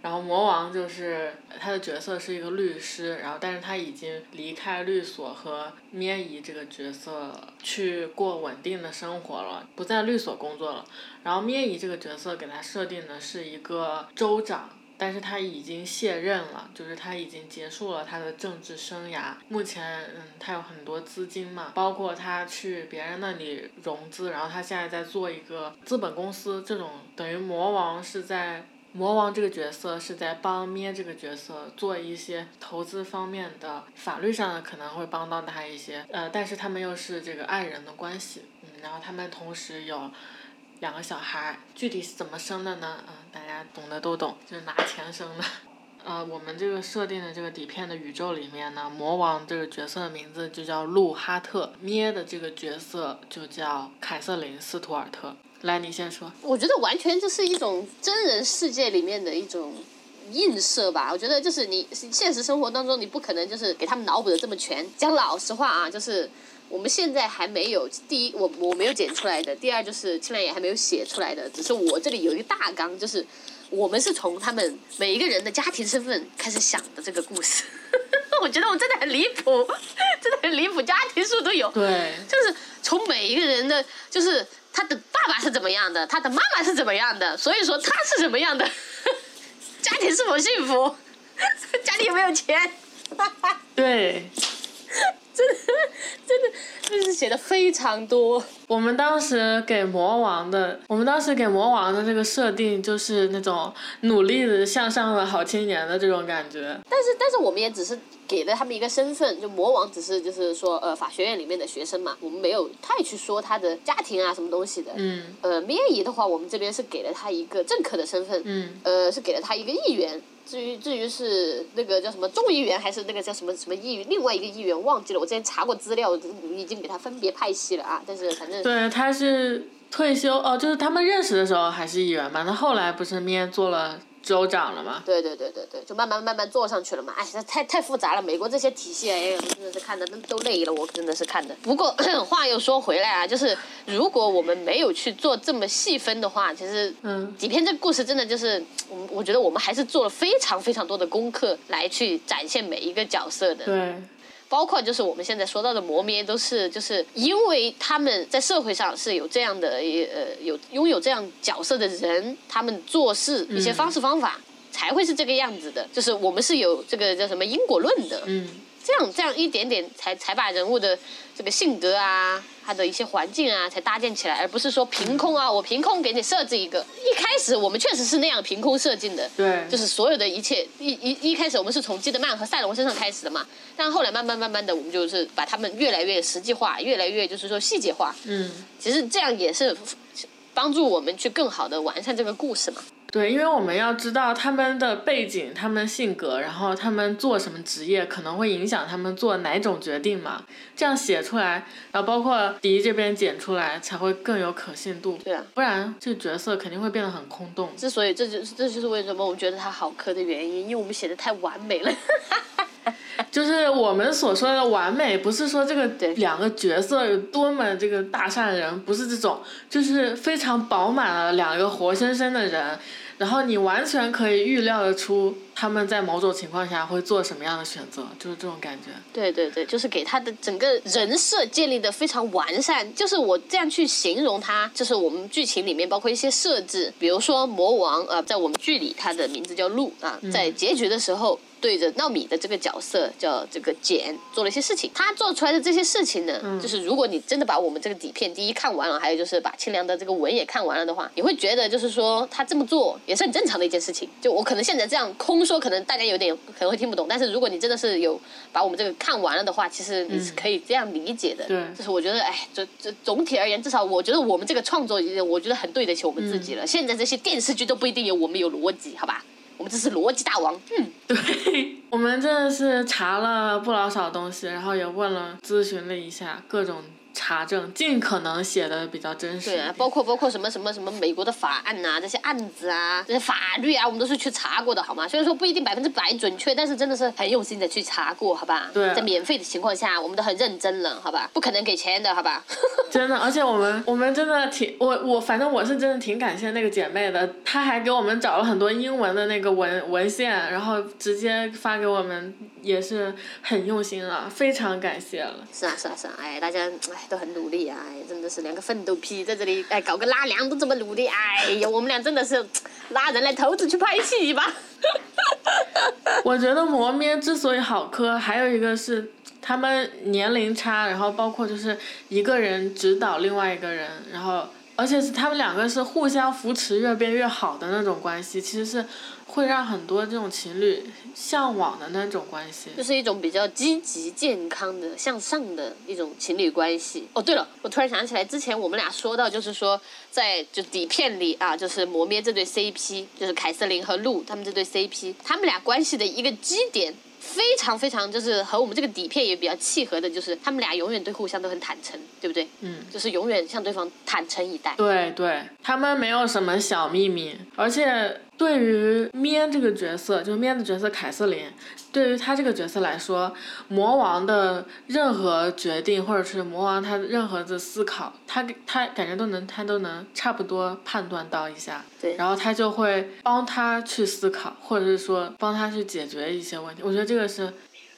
A: 然后魔王就是他的角色是一个律师，然后但是他已经离开律所和咩姨这个角色去过稳定的生活了，不在律所工作了。然后咩姨这个角色给他设定的是一个州长，但是他已经卸任了，就是他已经结束了他的政治生涯。目前，嗯，他有很多资金嘛，包括他去别人那里融资，然后他现在在做一个资本公司，这种等于魔王是在。魔王这个角色是在帮咩这个角色做一些投资方面的，法律上可能会帮到他一些，呃，但是他们又是这个爱人的关系，嗯，然后他们同时有两个小孩，具体是怎么生的呢？嗯、大家懂的都懂，就是拿钱生的。 (laughs) 呃，我们这个设定的这个底片的宇宙里面呢，魔王这个角色的名字就叫路哈特，咩的这个角色就叫凯瑟琳·斯图尔特。来，你先说。
B: 我觉得完全就是一种真人世界里面的一种映射吧。我觉得就是你现实生活当中，你不可能就是给他们脑补的这么全。讲老实话啊，就是我们现在还没有第一，我我没有剪出来的；第二就是青兰也还没有写出来的。只是我这里有一个大纲，就是我们是从他们每一个人的家庭身份开始想的这个故事。 (laughs) 我觉得我真的很离谱，真的很离谱，家庭树都有。
A: 对，
B: 就是从每一个人的，就是他的爸爸是怎么样的，他的妈妈是怎么样的，所以说他是怎么样的， (laughs) 家庭是否幸福， (laughs) 家里有没有钱， (laughs)
A: 对，
B: 真的真的就是写的非常多。
A: 我们当时给魔王的，我们当时给魔王的这个设定就是那种努力的向上的好青年的这种感觉。
B: 但是但是我们也只是给了他们一个身份，就魔王只是就是说呃法学院里面的学生嘛，我们没有太去说他的家庭啊什么东西的。
A: 嗯
B: 呃，咩姨的话，我们这边是给了他一个政客的身份，
A: 嗯，
B: 呃，是给了他一个议员。至于至于是那个叫什么众议员，还是那个叫什么什么议员，另外一个议员忘记了。我之前查过资料，已经给他分别派系了啊。但是反正
A: 对，他是退休哦，就是他们认识的时候还是议员嘛，那后来不是咩做了州长了嘛？
B: 对对对对对，就慢慢慢慢做上去了嘛。哎，这太太复杂了，美国这些体系，哎呀，真的是看的都都累了，我真的是看的。不过 (coughs) 话又说回来啊，就是如果我们没有去做这么细分的话，其实
A: 嗯，
B: 底片这个故事真的就是，我我觉得我们还是做了非常非常多的功课来去展现每一个角色的。
A: 对，
B: 包括就是我们现在说到的磨灭，都是就是因为他们在社会上是有这样的呃有拥有这样角色的人，他们做事一些方式方法。才会是这个样子的，就是我们是有这个叫什么因果论的，
A: 嗯，
B: 这样这样一点点才才把人物的这个性格啊，他的一些环境啊，才搭建起来，而不是说凭空啊，我凭空给你设置一个。一开始我们确实是那样凭空设计的，
A: 对，
B: 就是所有的一切，一一一开始我们是从基德曼和赛隆身上开始的嘛，但后来慢慢慢慢的，我们就是把他们越来越实际化，越来越就是说细节化。
A: 嗯。
B: 其实这样也是帮助我们去更好的完善这个故事嘛。
A: 对，因为我们要知道他们的背景、他们性格，然后他们做什么职业，可能会影响他们做哪种决定嘛。这样写出来，然后包括迪这边剪出来，才会更有可信度。
B: 对啊，
A: 不然这个角色肯定会变得很空洞。
B: 之所以这就是这就是为什么我们觉得它好磕的原因，因为我们写的太完美了。
A: 就是我们所说的完美，不是说这个
B: 对
A: 两个角色有多么这个大善人，不是这种，就是非常饱满的两个活生生的人，然后你完全可以预料得出他们在某种情况下会做什么样的选择，就是这种感觉。
B: 对对对，就是给他的整个人设建立的非常完善，就是我这样去形容他，就是我们剧情里面包括一些设置，比如说魔王啊、呃在我们剧里他的名字叫鹿啊，在结局的时候。对着纳米的这个角色叫这个简做了一些事情，他做出来的这些事情呢，就是如果你真的把我们这个底片第一看完了，还有就是把清凉的这个文也看完了的话，你会觉得就是说他这么做也是很正常的一件事情。就我可能现在这样空说，可能大家有点可能会听不懂，但是如果你真的是有把我们这个看完了的话，其实你是可以这样理解的。
A: 对
B: 就是我觉得，哎，这这总体而言，至少我觉得我们这个创作，我觉得很对得起我们自己了。现在这些电视剧都不一定有我们有逻辑，好吧？我们这是逻辑大王，嗯，
A: 对 (laughs) 我们真的是查了不老少东西，然后也问了咨询了一下各种查证，尽可能写的比较真实一
B: 对
A: 点。
B: 啊，包括包括什么什么什么美国的法案呐、这些案子啊，这些法律啊，我们都是去查过的，好吗？虽然说不一定百分之百准确，但是真的是很用心的去查过，好吧？
A: 对
B: 在免费的情况下，我们都很认真了，好吧？不可能给钱的，好吧？
A: 真的，而且我们我们真的挺我我反正我是真的挺感谢那个姐妹的，她还给我们找了很多英文的那个文文献，然后直接发给我们，也是很用心了，非常感谢了。
B: 是啊是啊是啊，哎，大家哎都很努力啊，哎，真的是两个奋斗批在这里哎搞个拉梁都这么努力，哎呀，我们俩真的是拉人来投资去拍戏吧。
A: 我觉得磨灭之所以好磕，还有一个是他们年龄差，然后包括就是一个人指导另外一个人，然后而且是他们两个是互相扶持，越变越好的那种关系，其实是会让很多这种情侣向往的那种关系。
B: (laughs) 就是一种比较积极、健康的、向上的一种情侣关系。哦，对了，我突然想起来，之前我们俩说到，就是说在就底片里啊，就是磨灭这对 CP，就是凯瑟琳和露他们这对 CP，他们俩关系的一个基点。非常非常就是和我们这个底片也比较契合的，就是他们俩永远对互相都很坦诚，对不对？
A: 嗯，
B: 就是永远向对方坦诚以待。
A: 对对，他们没有什么小秘密，而且对于咩这个角色，就是咩的角色凯瑟琳，对于她这个角色来说，魔王的任何决定或者是魔王他任何的思考，他他感觉都能他都能差不多判断到一下，
B: 对
A: 然后他就会帮他去思考，或者是说帮他去解决一些问题。我觉得这个是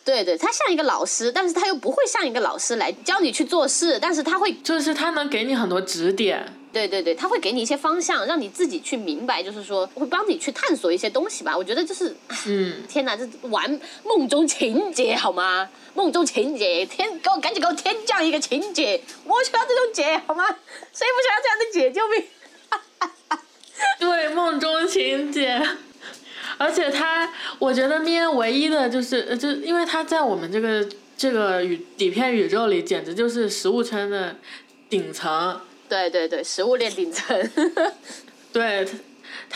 B: 对对，他像一个老师，但是他又不会像一个老师来教你去做事，但是他会
A: 就是他能给你很多指点，
B: 对对对，他会给你一些方向，让你自己去明白，就是说会帮你去探索一些东西吧。我觉得就是， (sighs)
A: 嗯。
B: 天哪，这玩梦中情节好吗？梦中情节，天给我赶紧给我天降一个情节，我想要这种姐好吗？谁不想要这样的姐？救命！
A: (laughs) 对，梦中情节。而且他，我觉得咩唯一的就是，呃就是因为他在我们这个这个宇底片宇宙里，简直就是食物圈的顶层。
B: 对对对，食物链顶层， (laughs)
A: 对，他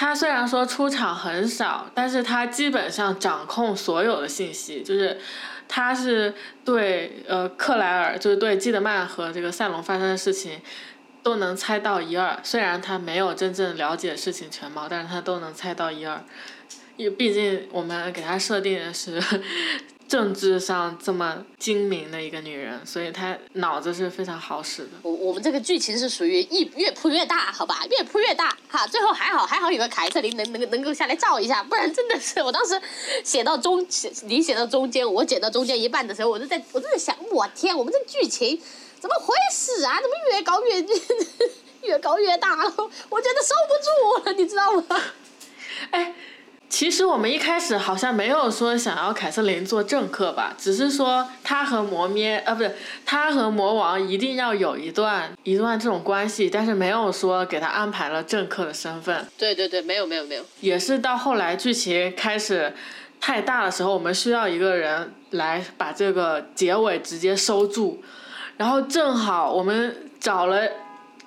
A: 他虽然说出场很少，但是他基本上掌控所有的信息，就是他是对呃克莱尔，就是对基德曼和这个赛隆发生的事情。都能猜到一二，虽然他没有真正了解事情全貌，但是他都能猜到一二，因为毕竟我们给他设定的是 (laughs) 政治上这么精明的一个女人，所以她脑子是非常好使的。
B: 我我们这个剧情是属于一越铺越大，好吧，越铺越大哈。最后还好还好有个凯瑟琳能能能够下来照一下，不然真的是我当时写到中写你写到中间，我剪到中间一半的时候，我就在我就在想，我天，我们这剧情怎么回事啊？怎么越搞越 (laughs) 越搞越大了？我觉得收不住了，你知道吗？
A: 其实我们一开始好像没有说想要凯瑟琳做政客吧，只是说她和魔咩啊，不是她和魔王一定要有一段一段这种关系，但是没有说给她安排了政客的身份。
B: (laughs) 对对对，没有没有没有，
A: 也是到后来剧情开始太大的时候，我们需要一个人来把这个结尾直接收住，然后正好我们找了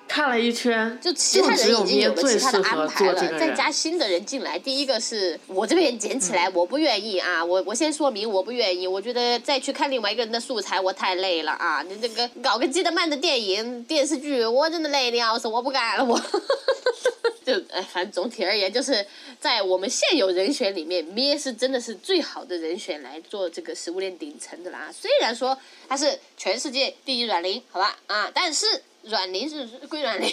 A: 看了一圈，
B: 就其他人已经有了
A: 最
B: 其他的
A: 适
B: 安
A: 合
B: 排
A: 做
B: 了
A: 这个，
B: 再
A: 人。嗯
B: 加新的人进来。第一个是我这边捡起来，我不愿意啊，我我先说明我不愿意，我觉得再去看另外一个人的素材，我太累了啊！你这个搞个基德曼的电影电视剧，我真的累的要死，我不干了我。 (laughs) 就哎，反正总体而言，就是在我们现有人选里面，咩是真的是最好的人选来做这个食物链顶层的啦。虽然说他是全世界第一软磷，好吧啊，但是软磷是归软磷，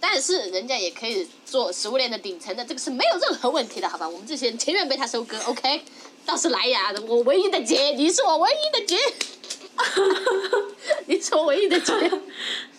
B: 但是人家也可以做食物链的顶层的，这个是没有任何问题的，好吧？我们这些人情愿被他收割，OK？倒是莱雅，我唯一的姐，你是我唯一的姐， (laughs) 你是我唯一的姐。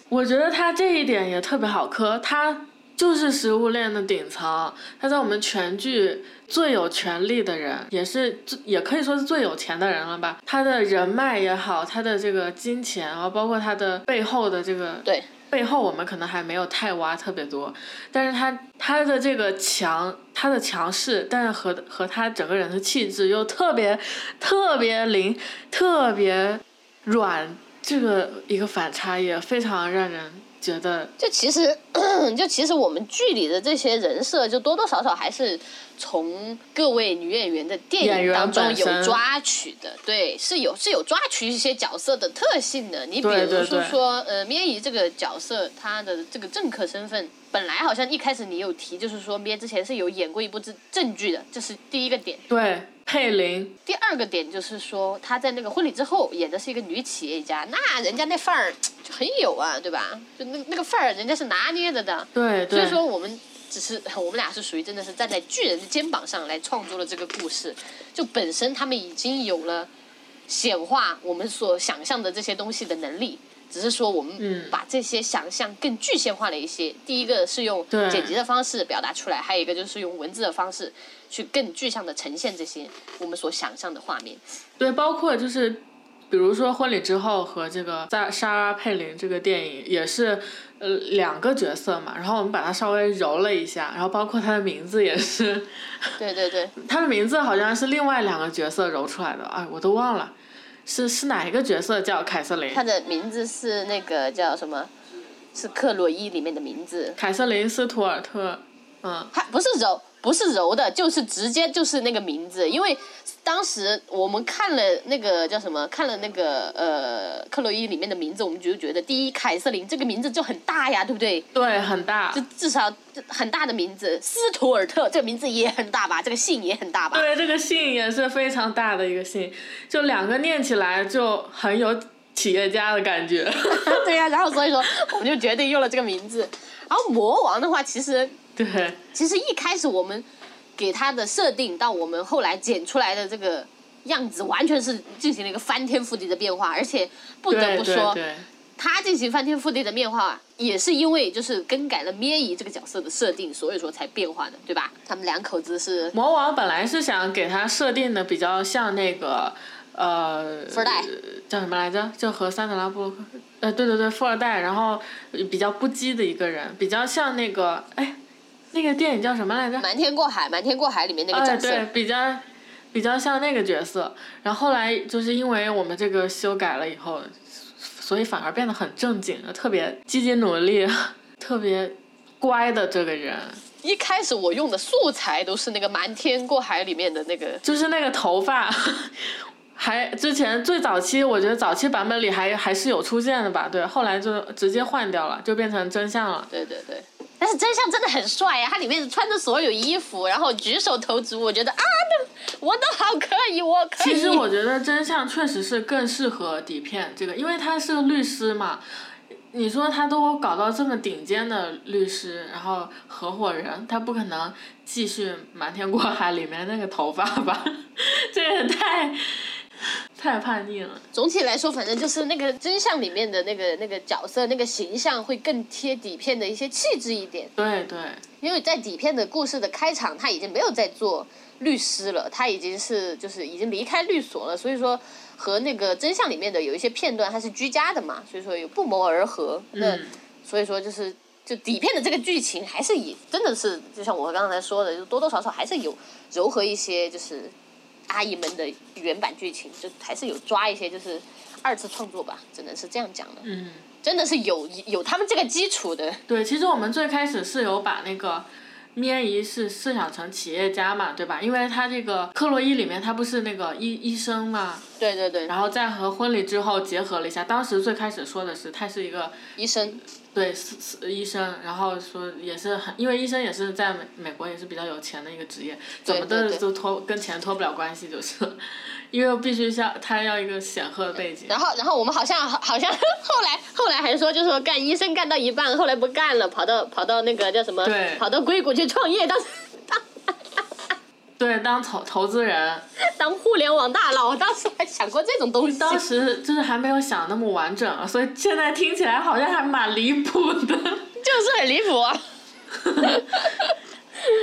A: 我觉得他这一点也特别好磕，他就是食物链的顶层，他在我们全剧最有权力的人，也是最也可以说是最有钱的人了吧。他的人脉也好，他的这个金钱啊，包括他的背后的这个
B: 对，
A: 背后我们可能还没有太挖特别多，但是他他的这个强，他的强势，但是和和他整个人的气质又特别特别灵，特别软，这个一个反差也非常让人觉得
B: 就其实，就其实我们剧里的这些人设，就多多少少还是从各位女演员的电
A: 演
B: 影
A: 员
B: 当中
A: 本
B: 有
A: 身
B: 抓取的，对，是有是有抓取一些角色的特性的。你比
A: 对
B: 如
A: 对
B: 说
A: 对
B: 说，呃，咩姨这个角色，她的这个政客身份，本来好像一开始你有提，就是说咩之前是有演过一部正正剧的，这是第一个点。
A: 对佩林，
B: 第二个点就是说，她在那个婚礼之后演的是一个女企业家，那人家那范儿就很有啊，对吧？就那那个范儿，人家是拿捏着的。
A: 对
B: 所
A: 对，
B: 以说，我们只是 (laughs) 我们俩是属于真的是站在巨人的肩膀上来创作了这个故事，就本身他们已经有了显化我们所想象的这些东西的能力。只是说，我们
A: 嗯
B: 把这些想象更具现化了一些。第一个是用
A: 对
B: 剪辑的方式表达出来，还有一个就是用文字的方式去更具象的呈现这些我们所想象的画面。
A: 对，包括就是，比如说婚礼之后和这个在莎拉佩林这个电影也是，呃，两个角色嘛，然后我们把它稍微揉了一下，然后包括他的名字也是，
B: 对对对，
A: 他的名字好像是另外两个角色揉出来的，哎，我都忘了，是是哪一个角色叫凯瑟琳？
B: 他的名字是那个叫什么？是克洛伊里面的名字。
A: 凯瑟琳斯图尔特，嗯，
B: 它不是揉，不是揉的，就是直接就是那个名字。因为当时我们看了那个叫什么，看了那个呃克洛伊里面的名字，我们就觉得呃第一凯瑟琳这个名字就很大呀，对不对？
A: 对，很大
B: 就，至少很大的名字，斯图尔特这个名字也很大吧，这个姓也很大
A: (laughs)
B: 吧。
A: 对，这个姓也是非常大的一个姓，就两个念起来就很有企业家的感觉。 (laughs)
B: 对呀、然后所以说我们就决定用了这个名字。然后魔王的话，其实
A: 对，
B: 其实一开始我们给他的设定到我们后来剪出来的这个样子，完全是进行了一个翻天覆地的变化，而且不得
A: 对
B: 不
A: 对
B: 说，
A: 对，
B: 他进行翻天覆地的变化，也是因为就是更改了咩姨这个角色的设定，所以说才变化的，对吧？他们两口子是
A: 魔王本来是想给他设定的比较像那个，呃，
B: 富二代
A: 叫什么来着？就和桑德拉布洛克，呃，对对对，富二代，然后比较不羁的一个人，比较像那个，哎，那个电影叫什么来着？
B: 瞒天过海，瞒天过海里面那个
A: 哎，
B: 角色，
A: 对，比较比较像那个角色。然后后来就是因为我们这个修改了以后，所以反而变得很正经，特别积极努力， (laughs) 特别乖的这个人，
B: 一开始我用的素材都是那个瞒天过海里面的那个，
A: 就是那个头发。 (laughs) 还之前最早期，我觉得早期版本里还还是有出现的吧，对，后来就直接换掉了，就变成真相了。
B: 对对对。但是真相真的很帅啊呀、他里面穿着所有衣服，然后举手投足，我觉得啊，那我都好可以，我可以。
A: 其实
B: (laughs)
A: 我觉得真相确实是更适合底片这个，因为他是个律师嘛。你说他都搞到这么顶尖的律师，然后合伙人，他不可能继续《瞒天过海》里面那个头发吧？ (laughs) 这也太太叛逆了。
B: 总体来说，反正就是那个真相里面的那个那个角色那个形象会更贴底片的一些气质一点，
A: 对对
B: 因为在底片的故事的开场，他已经没有在做律师了，他已经是就是已经离开律所了，所以说和那个真相里面的有一些片段他是居家的嘛，所以说有不谋而合。那、
A: 嗯
B: 所以说就是就底片的这个剧情还是以真的是就像我刚才说的，就多多少少还是有柔和一些，就是阿姨们的原版剧情，就还是有抓一些就是二次创作吧，只能是这样讲的，
A: 嗯，
B: 真的是有有他们这个基础的。
A: 对。其实我们最开始是有把那个。咩姨是是想成企业家嘛，对吧？因为他这个克洛伊里面他不是那个医医生嘛，
B: 对对对，
A: 然后再和婚礼之后结合了一下，当时最开始说的是他是一个
B: 医生
A: 对是是医生，然后说也是很，因为医生也是在美美国也是比较有钱的一个职业，怎么
B: 对
A: 的
B: 对
A: 都脱跟钱脱不了关系，就是 (laughs) 了，因为必须像他要一个显赫的背景，
B: 然后，然后我们好像好像 (laughs) 后来后来还说，就是说干医生干到一半，后来不干了，跑到跑到那个叫什么
A: 对，
B: 跑到硅谷去创业，当时当
A: 对，当投投资人，
B: 当互联网大佬，我当时还想过这种东西。
A: 当时就是还没有想那么完整，啊所以现在听起来好像还蛮离谱的，
B: (laughs) 就是很离谱、啊。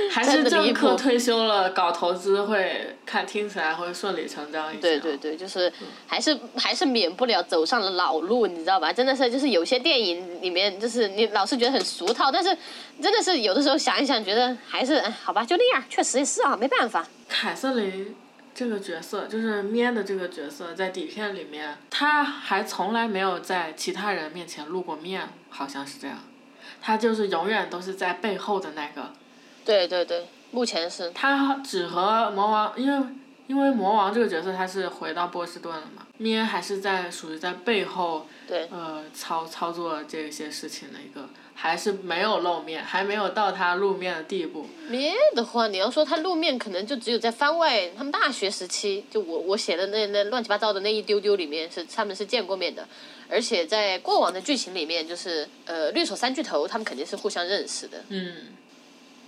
A: 还
B: 真
A: 是
B: 的离
A: 政
B: 谱
A: 客退休了搞投资会看听起来会顺理成章一些，
B: 对对对，就是还是还是免不了走上了老路，你知道吧？真的是就是有些电影里面，就是你老是觉得很俗套，但是真的是有的时候想一想，觉得还是哎好吧，就那样，确实也是啊，没办法。
A: 凯瑟琳这个角色，就是咩的这个角色，在底片里面，他还从来没有在其他人面前露过面，好像是这样。他就是永远都是在背后的那个，
B: 对对对，目前是
A: 他只和魔王，因为因为魔王这个角色他是回到波士顿了嘛，咩还是在属于在背后
B: 对
A: 呃操操作这些事情的一个，还是没有露面，还没有到他露面的地步。
B: 咩的话，你要说他露面，可能就只有在番外他们大学时期，就我我写的那那乱七八糟的那一丢丢里面是他们是见过面的，而且在过往的剧情里面，就是呃绿手三巨头他们肯定是互相认识的，
A: 嗯，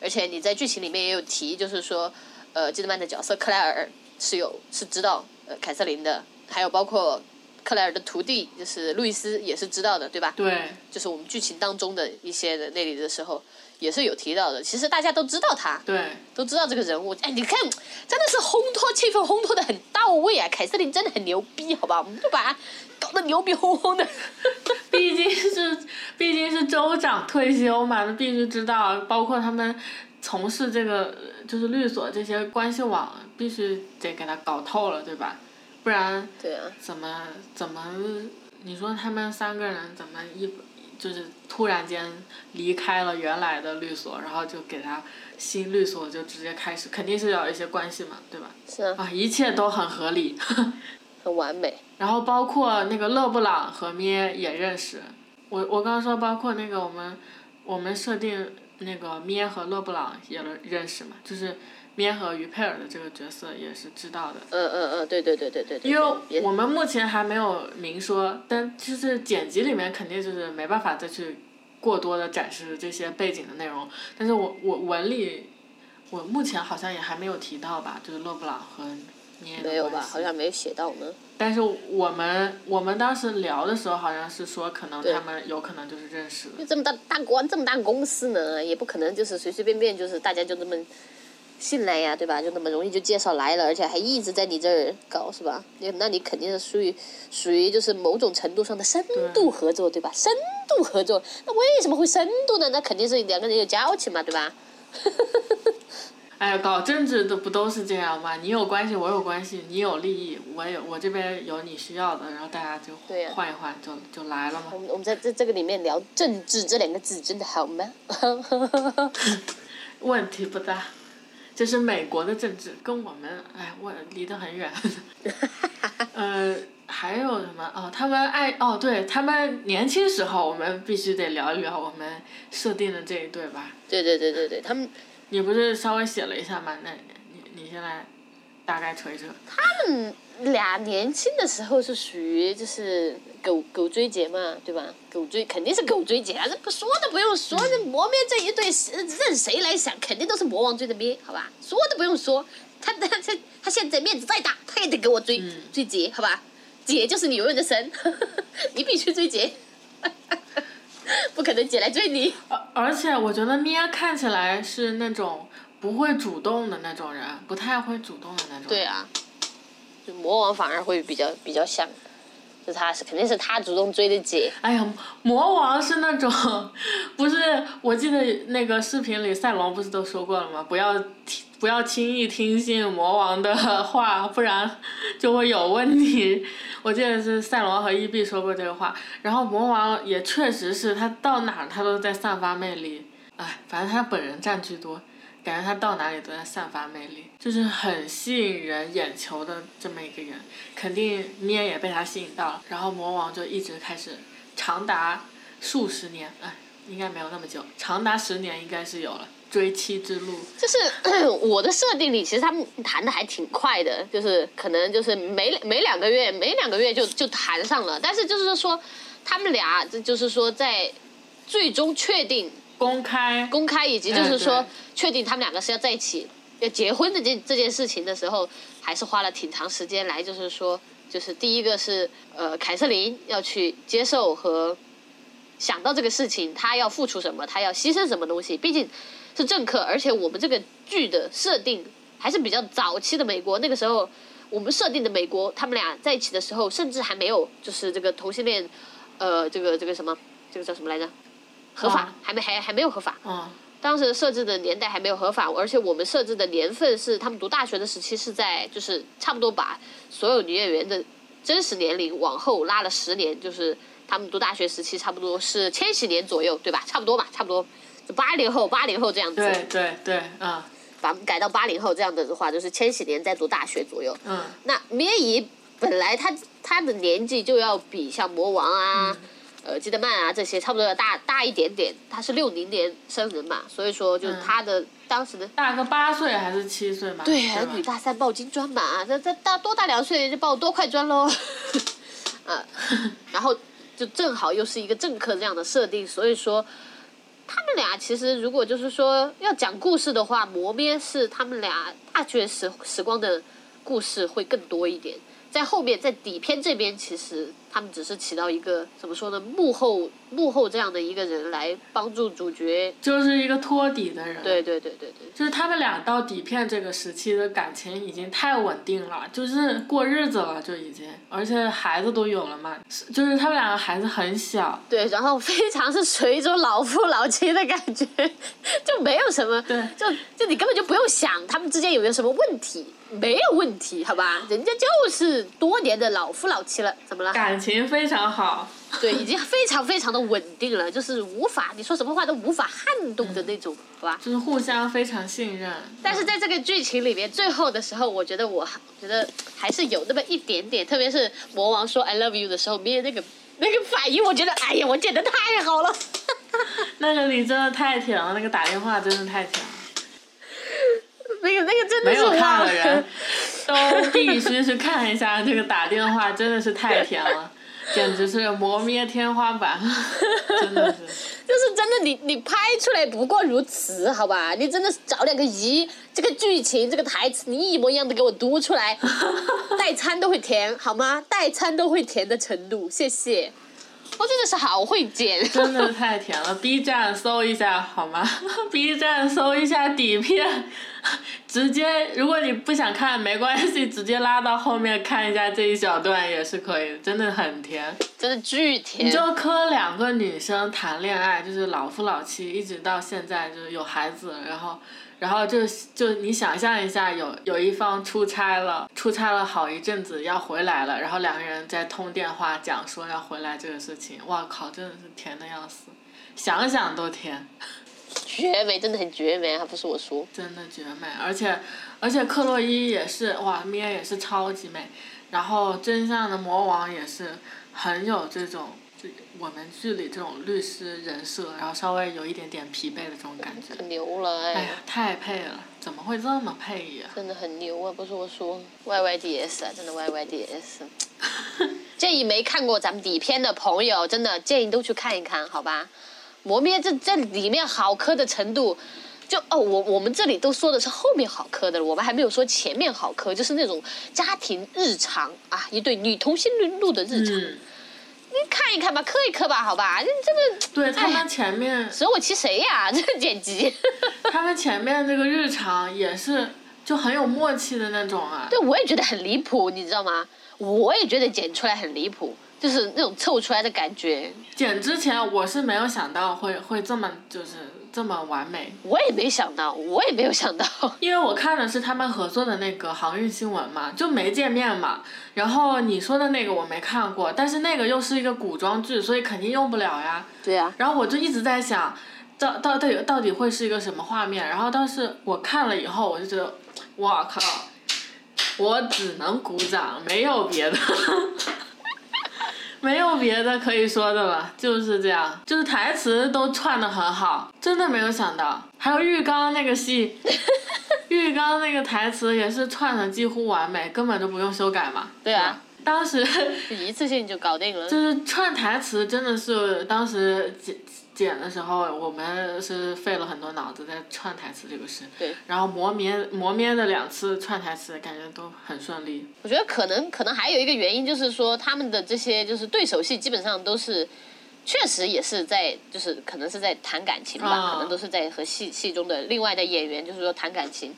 B: 而且你在剧情里面也有提，就是说呃基德曼的角色克莱尔是有是知道呃凯瑟琳的，还有包括克莱尔的徒弟就是路易斯也是知道的，对吧？
A: 对，
B: 就是我们剧情当中的一些的那里的时候也是有提到的，其实大家都知道他。
A: 对，
B: 都知道这个人物。哎，你看，真的是烘托气氛，烘托的很到位啊！凯瑟琳真的很牛逼，好吧？我们就把她搞得牛逼哄哄的。
A: 毕竟是毕竟是州长退休嘛，那必须知道，包括他们从事这个呃就是律所这些关系网，必须得给他搞透了，对吧？不然
B: 对啊，
A: 怎么怎么，你说他们三个人怎么一就是突然间离开了原来的律所，然后就给他新律所就直接开始，肯定是要有一些关系嘛，对吧？
B: 是啊，
A: 啊，一切都很合理。
B: 很完美。
A: 然后包括那个勒布朗和咩也认识，我我刚刚说包括那个我们我们设定那个咩和勒布朗也认识嘛，就是咩和于佩尔的这个角色也是知道的，
B: 嗯嗯嗯，对对对对对对。
A: 因
B: 也
A: 为我们目前还没有明说，但就是剪辑里面肯定就是没办法再去过多的展示这些背景的内容，但是我我文里我目前好像也还没有提到吧，就是勒布朗和咩的
B: 没有吧？
A: 关系
B: 好像没有写到呢。
A: 但是我们我们当时聊的时候，好像是说可能
B: 对
A: 他们有可能就是认识的。
B: 就这么大大官，这么大公司呢，也不可能就是随随便便就是大家就这么信赖呀，对吧？就那么容易就介绍来了，而且还一直在你这儿搞，是吧？那那你肯定是属于属于就是某种程度上的深度合作，对吧？啊深度合作，那为什么会深度呢？那肯定是两个人有交情嘛，对吧？
A: 哎呀，搞政治的不都是这样吗？你有关系，我有关系，你有利益，我有我这边有你需要的，然后大家就
B: 对呀
A: 换一换就就来了嘛
B: 我。们我们在这这个里面聊政治这两个字，真的好吗？ (laughs)
A: 问题不大，这是美国的政治，跟我们哎，我离得
B: (laughs)
A: 很远。呃，还有什么？哦，他们爱哦，对他们年轻时候，我们必须得聊一聊我们设定的这一对吧。
B: 对对对对对，他们
A: 你不是稍微写了一下吗？那你你先来大概扯一扯。
B: 俩年轻的时候是属于就是狗狗追节嘛，对吧？狗追肯定是狗追节啊，这不说都不用说，这魔灭这一对是任谁来想，肯定都是魔王追的灭，好吧？说都不用说，他他他他现在面子再大，他也得给我追、追节，好吧？姐就是你永远的神，你必须追姐，不可能姐来追你。
A: 而而且我觉得咩看起来是那种不会主动的那种人，不太会主动的那种。
B: 对。啊，就魔王反而会比较比较像，就他是肯定是他主动追的姐。
A: 哎呀，魔王是那种，不是？我记得那个视频里赛龙不是都说过了吗？不要听，不要轻易听信魔王的话，不然就会有问题。我记得是赛龙和伊碧说过这个话，然后魔王也确实是他到哪儿他都在散发魅力，哎，反正他本人占居多，感觉他到哪里都在散发魅力，就是很吸引人眼球的这么一个人，肯定咩也被他吸引到了，然后魔王就一直开始长达数十年，哎，应该没有那么久，长达十年应该是有了追妻之路，
B: 就是 (clears throat) 我的设定里，其实他们谈的还挺快的，就是可能就是没没两个月，没两个月就就谈上了。但是就是说，他们俩这就是说在最终确定
A: 公开，
B: 公开，以及就是说
A: 嗯对
B: 确定他们两个是要在一起要结婚的这这件事情的时候，还是花了挺长时间来，就是说，就是第一个是呃凯瑟琳要去接受和想到这个事情，她要付出什么，她要牺牲什么东西，毕竟是政客，而且我们这个剧的设定还是比较早期的美国，那个时候我们设定的美国，他们俩在一起的时候，甚至还没有就是这个同性恋，呃，这个这个什么，这个叫什么来着？合法、
A: 啊
B: 还没还还没有合法，
A: 嗯，
B: 当时设置的年代还没有合法，而且我们设置的年份是他们读大学的时期，是在就是差不多把所有女演员的真实年龄往后拉了十年，就是他们读大学时期差不多是千禧年左右，对吧？差不多吧，差不多就八零后、八零后这样子，
A: 对对对，啊，
B: 把改到八零后这样的话，就是千禧年在读大学左右。
A: 嗯，
B: 那咩姨本来她她的年纪就要比像魔王啊、呃基德曼啊这些差不多要大大一点点，她是六零年生人嘛，所以说就是她的、当时的
A: 大个八岁还是七岁嘛？
B: 对
A: 是
B: 啊
A: 吧，
B: 女大三抱金砖嘛，这这大多大两岁就抱多块砖 (laughs) 喽，啊，然后就正好又是一个政客这样的设定，所以说他们俩其实如果就是说要讲故事的话，磨灭是他们俩大学时时光的故事会更多一点。在后面，在底片这边，其实他们只是起到一个怎么说呢，幕后幕后这样的一个人来帮助主角。
A: 就是一个托底的人。
B: 对对对对对，
A: 就是他们俩到底片这个时期的感情已经太稳定了，就是过日子了就已经，而且孩子都有了嘛，是就是他们两个孩子很小，
B: 对，然后非常是属于一种老夫老妻的感觉， (laughs) 就没有什么，
A: 对
B: 就就你根本就不用想他们之间有没有什么问题，没有问题，好吧？人家就是多年的老夫老妻了，怎么了？
A: 感情非常好。
B: 对，已经非常非常的稳定了，就是无法你说什么话都无法撼动的那种，好吧？
A: 就是互相非常信任。
B: 但是在这个剧情里面，最后的时候，我觉得我觉得还是有那么一点点，特别是魔王说 “I love you” 的时候，没有那个那个反应，我觉得哎呀，我剪的太好了。
A: 那个你真的太甜了，那个打电话真的太甜了，
B: (laughs) 那个那个真的
A: 没
B: 是
A: 有
B: 哇
A: 看的
B: (laughs)
A: 人都必须去看一下这个打电话，真的是太甜
B: (laughs)
A: 了，简直是磨灭天花板，真的是。
B: 就是真的你，你拍出来不过如此，好吧？你真的是找两个姨，这个剧情、这个台词，你一模一样的给我读
A: (laughs)
B: 出来，代餐都会填，好吗？代餐都会填的程度，谢谢。我真的是好会剪， (laughs)
A: 真的太甜了！B 站搜一下好吗 (laughs) ？B 站搜一下底片，直接如果你不想看没关系，直接拉到后面看一下这一小段也是可以的，真的很甜。
B: 真的巨
A: 你
B: 甜。
A: 就磕两个女生谈恋爱，就是老夫老妻，一直到现在就是有孩子，然后，然后就就你想象一下，有有一方出差了，出差了好一阵子要回来了，然后两个人在通电话讲说要回来这个事情，哇靠，真的是甜的要死，想想都甜，
B: 绝美，真的很绝美，啊还不是我说。
A: 真的绝美，而且而且克洛伊也是哇，咪也是超级美，然后真相的魔王也是很有这种。就我们剧里这种律师人设，然后稍微有一点点疲惫的这种感觉，
B: 可牛了，哎
A: 哎
B: 呀
A: 呀，太配了，怎么会这么配呀、
B: 真的很牛啊！不是我说，Y Y D S 啊，真的 Y Y D S。建议没看过咱们底片的朋友，真的建议都去看一看，好吧？磨灭这这里面好磕的程度，就哦，我我们这里都说的是后面好磕的了，我们还没有说前面好磕，就是那种家庭日常啊，一对女童心路的日常，
A: 嗯，
B: 你看一看吧，磕一磕吧，好吧？这真的
A: 对他
B: 哎呀
A: 们前面，
B: 舍我其谁呀、这剪辑。
A: 他们前面这个日常也是就很有默契的那种啊。
B: 对，我也觉得很离谱，你知道吗？我也觉得剪出来很离谱，就是那种凑出来的感觉，
A: 剪之前我是没有想到会会这么就是这么完美，
B: 我也没想到，我也没有想到。
A: 因为我看的是他们合作的那个航运新闻嘛，就没见面嘛。然后你说的那个我没看过，但是那个又是一个古装剧，所以肯定用不了呀。
B: 对啊，
A: 然后我就一直在想，到到底到底会是一个什么画面？然后当时我看了以后，我就觉得，我靠，我只能鼓掌，没有别的， (laughs) 没有别的可以说的了，就是这样，就是台词都串的很好，真的没有想到，还有浴缸那个
B: (laughs)
A: 戏。浴缸那个台词也是串的几乎完美，根本就不用修改嘛。
B: 对啊
A: 是吧，当时
B: 就一次性就搞定了。
A: 就是串台词真的是当时剪剪的时候，我们是费了很多脑子在串台词这个事。
B: 对。
A: 然后磨灭磨灭的两次串台词，感觉都很顺利。
B: 我觉得可能可能还有一个原因就是说，他们的这些就是对手戏基本上都是，确实也是在就是可能是在谈感情吧，
A: 啊
B: 可能都是在和戏戏中的另外的演员就是说谈感情。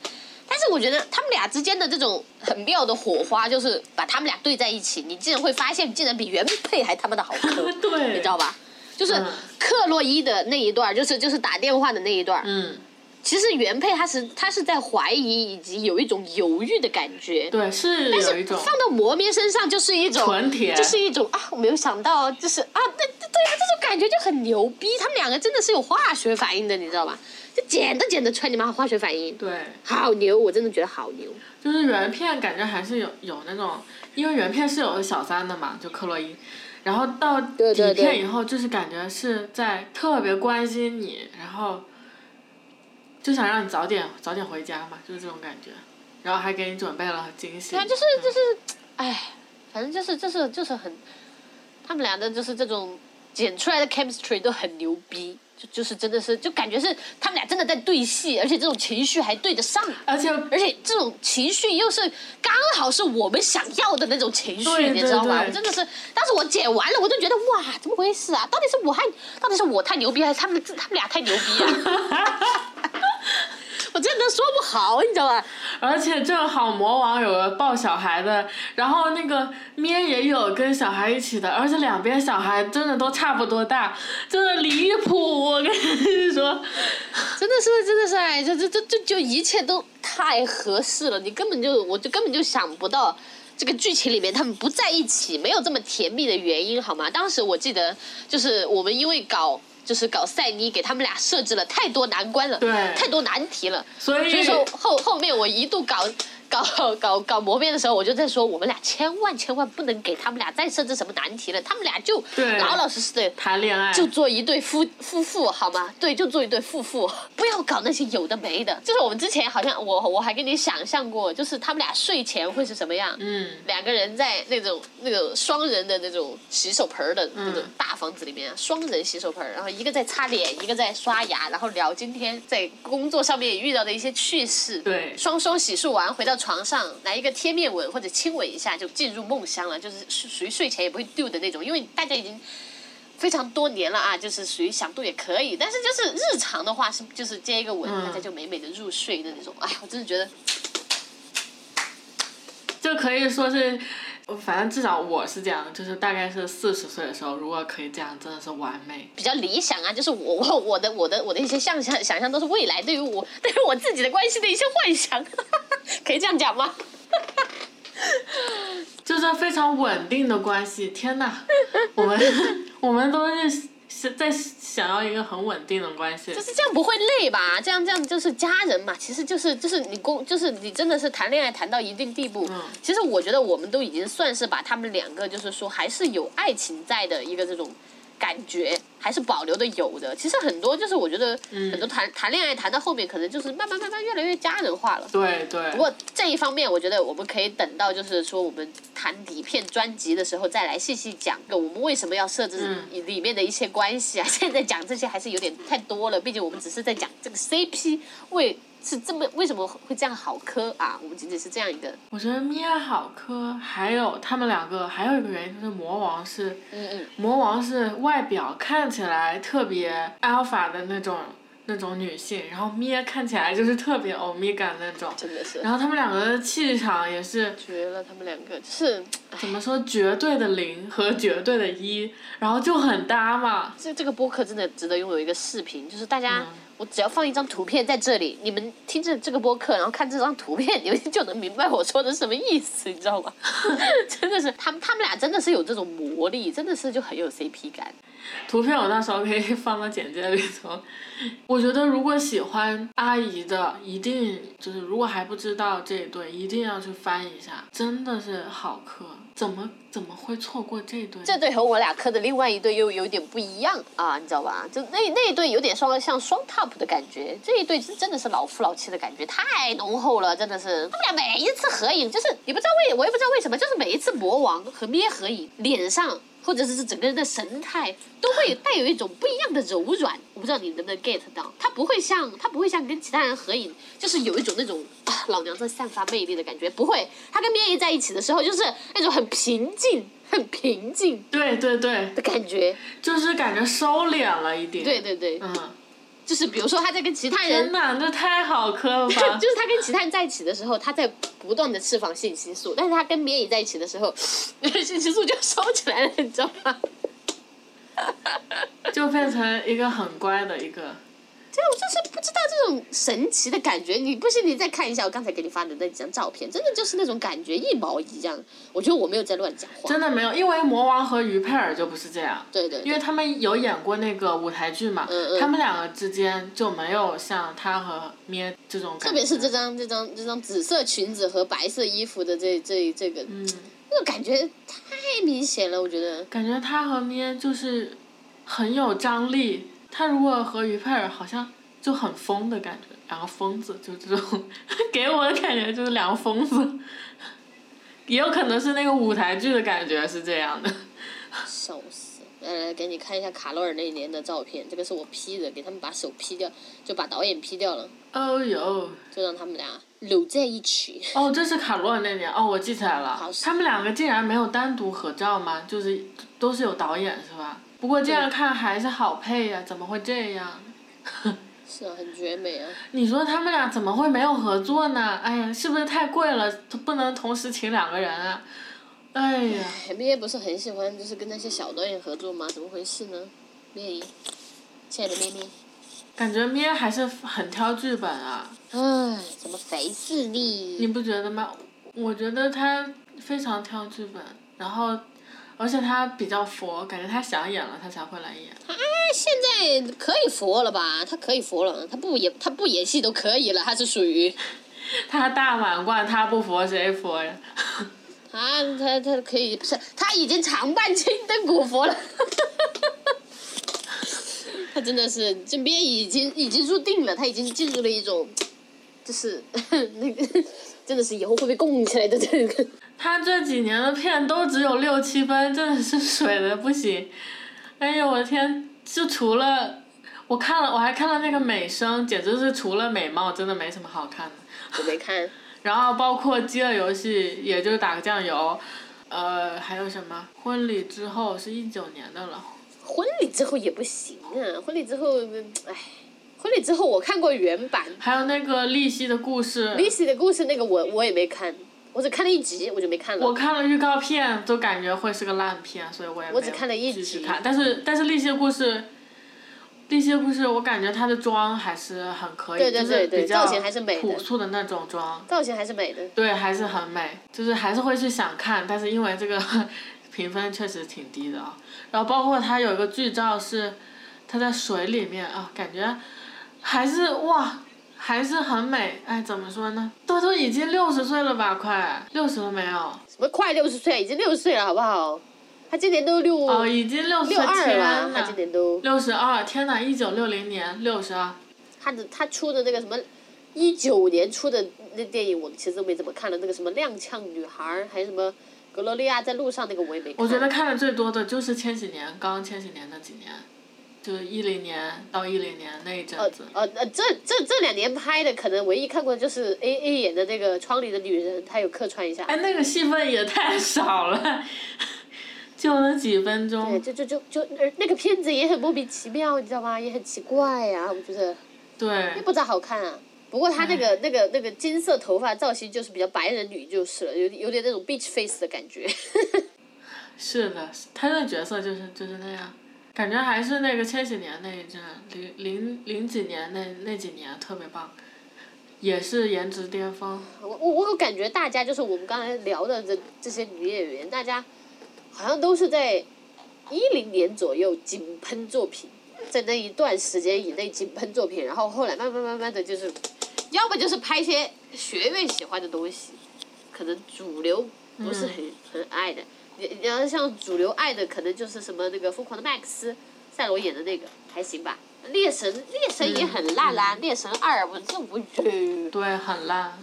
B: 但是我觉得他们俩之间的这种很妙的火花，就是把他们俩对在一起，你竟然会发现，竟然比原配还他妈的好磕，
A: 对
B: 你知道吧？就是
A: 嗯
B: 克洛伊的那一段儿，就是就是打电话的那一段儿。
A: 嗯，
B: 其实原配她是她是在怀疑以及有一种犹豫的感觉，
A: 对，是
B: 但
A: 有
B: 是
A: 一种
B: 放到魔咩身上就是一种
A: 纯甜
B: 就是一种啊，我没有想到，就是啊，对对对啊，这种感觉就很牛逼。他们两个真的是有化学反应的，你知道吧？就剪着剪着出来你们化学反应，
A: 对，
B: 好牛！我真的觉得好牛。
A: 就是原片感觉还是有有那种，因为原片是有小三的嘛，就克洛伊，然后到
B: 对对
A: 底
B: 对
A: 片以后就是感觉是在特别关心你，然后就想让你早点早点回家嘛，就是这种感觉，然后还给你准备了惊喜。
B: 对啊，就是就是，哎，反正就是就是就是很，他们俩的就是这种剪出来的 chemistry 都很牛逼，就就是真的是就感觉是他们俩真的在对戏，而且这种情绪还对得上，
A: 而且
B: 而且这种情绪又是刚好是我们想要的那种情绪，
A: 对
B: 你知道吗？
A: 对对
B: 我真的是，当时我剪完了，我就觉得哇，怎么回事啊？到底是我太，到底是我太牛逼，还是他们他们俩太牛逼啊？ (laughs) 我真的说不好，你知道吧？
A: 而且正好魔王有个抱小孩的，然后那个咩也有跟小孩一起的，而且两边小孩真的都差不多大，真的离谱！我跟你说，
B: 真的是，真的是，哎，就就就就就一切都太合适了，你根本就，我就根本就想不到这个剧情里面他们不在一起，没有这么甜蜜的原因，好吗？当时我记得，就是我们因为搞。就是搞赛妮，给他们俩设置了太多难关了，
A: 对
B: 太多难题了。
A: 所以
B: 所以说后后面我一度搞搞搞搞磨面的时候，我就在说我们俩千万千万不能给他们俩再设置什么难题了，他们俩就
A: 对
B: 老老实实的
A: 谈恋爱
B: 就做一对夫夫妇好吗？对，就做一对夫妇， (laughs) 不要搞那些有的没的。就是我们之前好像我我还跟你想象过，就是他们俩睡前会是什么样？
A: 嗯，
B: 两个人在那种那种双人的那种洗手盆儿的那种
A: 嗯
B: 大房子里面，啊双人洗手盆儿，然后一个在擦脸，一个在刷牙，然后聊今天在工作上面遇到的一些趣事。
A: 对
B: 双双洗漱完回到床上，来一个贴面吻或者亲吻一下，就进入梦乡了，就是属属于睡前也不会丢的那种，因为大家已经。非常多年了啊， (laughs) 就是属于想度也可以，但是就是日常的话是就是接一个吻，
A: 嗯
B: 大家就美美的入睡的那种。哎呀，我真的觉得
A: 就可以说是，呃反正至少我是这样，就是大概是四十岁的时候，如果可以这样，真的是完美。
B: 比较理想啊，就是我我我的我的我的一些想象想象都是未来对于我 (laughs) 对于我自己的关系的一些幻想， (laughs) 可以这样讲吗？
A: 就是非常稳定的关系。天呐，我们我们都是是在想要一个很稳定的关系
B: 就。是这样不会累吧？这样这样就是家人嘛，其实就是就是你公就是你真的是谈恋爱谈到一定地步，
A: 嗯
B: 其实我觉得我们都已经算是把他们两个就是说还是有爱情在的一个这种。感觉还是保留的有的，其实很多就是我觉得很多谈、谈恋爱谈到后面，可能就是慢慢慢慢越来越家人化了。
A: 对对
B: 不，过这一方面，我觉得我们可以等到，就是说我们谈底片专辑的时候再来细细讲，我们为什么要设置
A: 嗯
B: 里面的一些关系啊。现在讲这些还是有点太多了，毕竟我们只是在讲这个 CP 为是这么为什么会这样好磕啊，我们仅仅是这样一个，
A: 我觉得米娅好磕，还有他们两个，还有一个原因就是魔王是
B: 嗯嗯，
A: 魔王是外表看起来特别 alpha 的那种那种女性，然后米娅看起来就是特别 omega 那种。
B: 真的是
A: 然后他们两个的气场也是
B: 绝了，他们两个就是，哎，
A: 怎么说绝对的零和绝对的一，然后就很搭嘛。
B: 这这个播客真的值得拥有一个视频，就是大家，
A: 嗯
B: 我只要放一张图片在这里，你们听着这个播客，然后看这张图片， (laughs) 你们就能明白我说的是什么意思，你知道吗？ (laughs) 真的是，他们他们俩真的是有这种魔力，真的是就很有 CP 感。
A: 图片我到时候可以放到简介里头。我觉得如果喜欢阿姨的，一定就是如果还不知道这一对，一定要去翻一下，真的是好磕，怎么怎么会错过这对？
B: 这对和我俩磕的另外一对又有点不一样啊，你知道吧？就那那一对有点双像双 top 的感觉，这一对真真的是老夫老妻的感觉，太浓厚了，真的是。他们俩每一次合影，就是你不知道为我也不知道为什么，就是每一次魔王和咩合影，脸上或者是整个人的神态都会带有一种不一样的柔软，我不知道你能不能 get 到，他不会像他不会像跟其他人合影，就是有一种那种啊老娘在散发魅力的感觉，不会，他跟咩一在一起的时候就是那种很平静。很平静，
A: 对对对，
B: 的感觉。
A: 就是感觉收敛了一点。
B: 对，对对，
A: 嗯，
B: 就是比如说他在跟其他
A: 天
B: 人，
A: 哪，这太好磕了吧
B: (laughs) 就！是他跟其他人在一起的时候，他在不断的释放信息素， (laughs) 但是他跟别人在一起的时候，信息素就收起来了，你知道吗？
A: 就变成一个很乖的一个。
B: (laughs) 对，啊我就是不知道这种神奇的感觉。你不信，你再看一下我刚才给你发的那几张照片，真的就是那种感觉一毛一样。我觉得我没有在乱讲话。
A: 真的没有，因为魔王和于佩尔就不是这样，
B: 对对
A: 因
B: 对，
A: 为他们有演过那个舞台剧嘛，
B: 嗯嗯
A: 他们两个之间就没有像他和咩这种感觉。
B: 特别是这张这张这张紫色裙子和白色衣服的这这这个，
A: 嗯，
B: 那种感觉太明显了，我觉得。
A: 感觉他和咩就是很有张力，他如果和于佩尔好像就很疯的感觉，两个疯子就这种， (laughs) 给我的感觉就是两个疯子， (laughs) 也有可能是那个舞台剧的感觉是这样的。 (laughs)
B: 笑死！来来，给你看一下卡罗尔那一年的照片，这个是我 P 的，给他们把手 P 掉，就把导演 P 掉了，
A: 哦呦，
B: 就让他们俩搂在一起。
A: 哦，这是卡罗尔那年哦，我记起来了
B: 好，是
A: 他们两个竟然没有单独合照吗？就是都是有导演是吧？不过这样看还是好配呀、怎么会这样？
B: 是啊，很绝美啊！
A: 你说他们俩怎么会没有合作呢？哎呀，是不是太贵了？不能同时请两个人啊！哎呀，
B: 哎，咩不是很喜欢，就是跟那些小导演合作吗？怎么回事呢？咩姨，亲爱的咩咩，
A: 感觉咩还是很挑剧本啊，
B: 唉，怎么回事
A: 你
B: 呢？
A: 不觉得吗？我觉得他非常挑剧本，然后，而且他比较佛，感觉他想演了他才会来演。
B: 他现在可以佛了吧？他可以佛了，他不演，他不演戏都可以了，他是属于
A: 他大满贯，他不佛谁佛呀？
B: 他啊他他可以不是，他已经常伴青灯古佛了。 (laughs) 他真的是这边已经已经入定了，他已经进入了一种，就是 (laughs) 那个真的是以后会被供起来的这个。
A: 他这几年的片都只有六七分，真的是水的不行。哎呦我的天！就除了我看了，我还看了那个美声，简直是除了美貌，真的没什么好看的。
B: 我没看，
A: 然后包括《饥饿游戏》，也就打个酱油，呃，还有什么《婚礼之后》是一九年的了。
B: 婚礼之后也不行啊，婚礼之后，唉，婚礼之后我看过原版
A: 还有那个《丽西的故事》，
B: 《Lizzy 的故事》那个我我也没看，我只看了一集我就没看
A: 我
B: 了。
A: 看了预告片，都感觉会是个烂片，所以我也没
B: 我
A: 有
B: 只看了一
A: 继续
B: 集
A: 看，但是但是那些故事，那些故事我感觉它的妆还是很可以，
B: 对对对
A: 就是
B: 对
A: 比较
B: 造型还是美的
A: 朴素的那种妆，
B: 造型还是美的，
A: 对，还是很美，就是还是会去想看，但是因为这个 (laughs) 评分确实挺低的啊、然后包括它有一个剧照是，它在水里面啊，感觉还是哇。还是很美，哎，怎么说呢？都都已经六十岁了吧，快六十了没有？
B: 什么快六十岁，已经六十岁了，好不好？他今年都六、
A: 哦，已经六十
B: 六二了，
A: 天
B: 他今年都
A: 六十二，天哪！一九六零年六十二，
B: 他的他出的那个什么，一九年出的那电影，我其实都没怎么看了。那个什么《踉跄女孩》，还有什么《格罗利亚在路上》那个我也没看。
A: 我觉得看哦的最多的就是千禧年，刚千禧年那几年，就是一零年到一零年那一阵
B: 呃
A: 子。
B: 呃呃，这这这两年拍的，可能唯一看过的就是 A A 演的那个《窗里的女人》，她有客串一下。
A: 哎，那个戏份也太少了， (laughs) 就那几分
B: 对，
A: 钟。
B: 就就就就呃那个片子也很莫名其妙，你知道吗？也很奇怪呀、我觉得也
A: 对，
B: 不咋好看啊。不过她那个那个那个金色头发造型就是比较白人女就是了，有有点那种 beach face 的感觉。
A: 是的，他那角色就是就是那样，感觉还是那个千禧年那一阵，零零零几年那那几年特别棒，也是颜值巅峰。
B: 我我我有感觉大家就是我们刚才聊的这这些女演员，大家好像都是在一零年左右井喷作品，在那一段时间以内井喷作品，然后后来慢慢慢慢的就是，要么就是拍一些学院喜欢的东西，可能主流不是很、很爱的。你你要像主流爱的，可能就是什么那个疯狂的麦克斯，赛罗演的那个还行吧。猎神猎神也很烂啦、猎神二我真无语。
A: 对，很烂，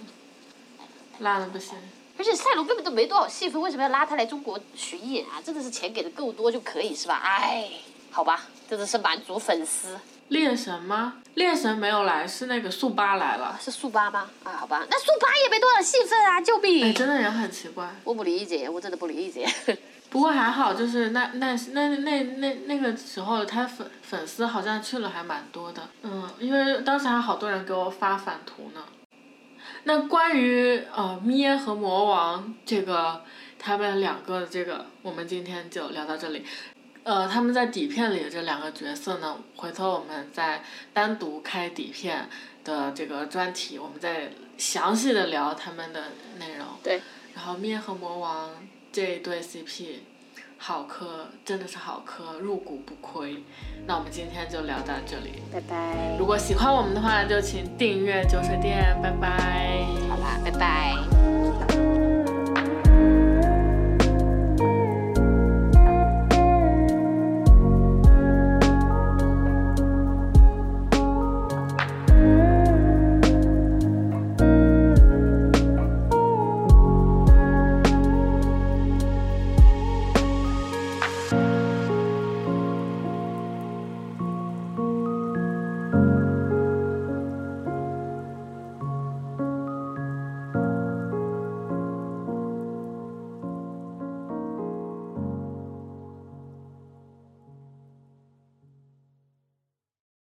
A: 烂的不行。
B: 而且赛罗根本都没多少戏份，为什么要拉他来中国巡演啊？真的是钱给的够多就可以是吧？哎，好吧，真的是满足粉丝。
A: 猎神吗？猎神没有来，是那个速八来了。
B: 是速八吗？啊，好吧，那速八也没多少戏份啊！救
A: 哎，
B: 命！
A: 真的也很奇怪。
B: 我不理解，我真的不理解。 (laughs)
A: 不过还好，就是那那那那那那个时候，他粉粉丝好像去了还蛮多的。嗯，因为当时还好多人给我发返图呢。那关于呃咩和魔王这个他们两个的这个，我们今天就聊到这里。呃，他们在底片里的这两个角色呢，回头我们再单独开底片的这个专题，我们再详细的聊他们的内容。
B: 对。
A: 然后灭和魔王这一对 CP，好磕，真的是好磕，入股不亏。那我们今天就聊到这里。
B: 拜拜。
A: 如果喜欢我们的话，就请订阅酒水店，拜拜。
B: 好啦，拜拜。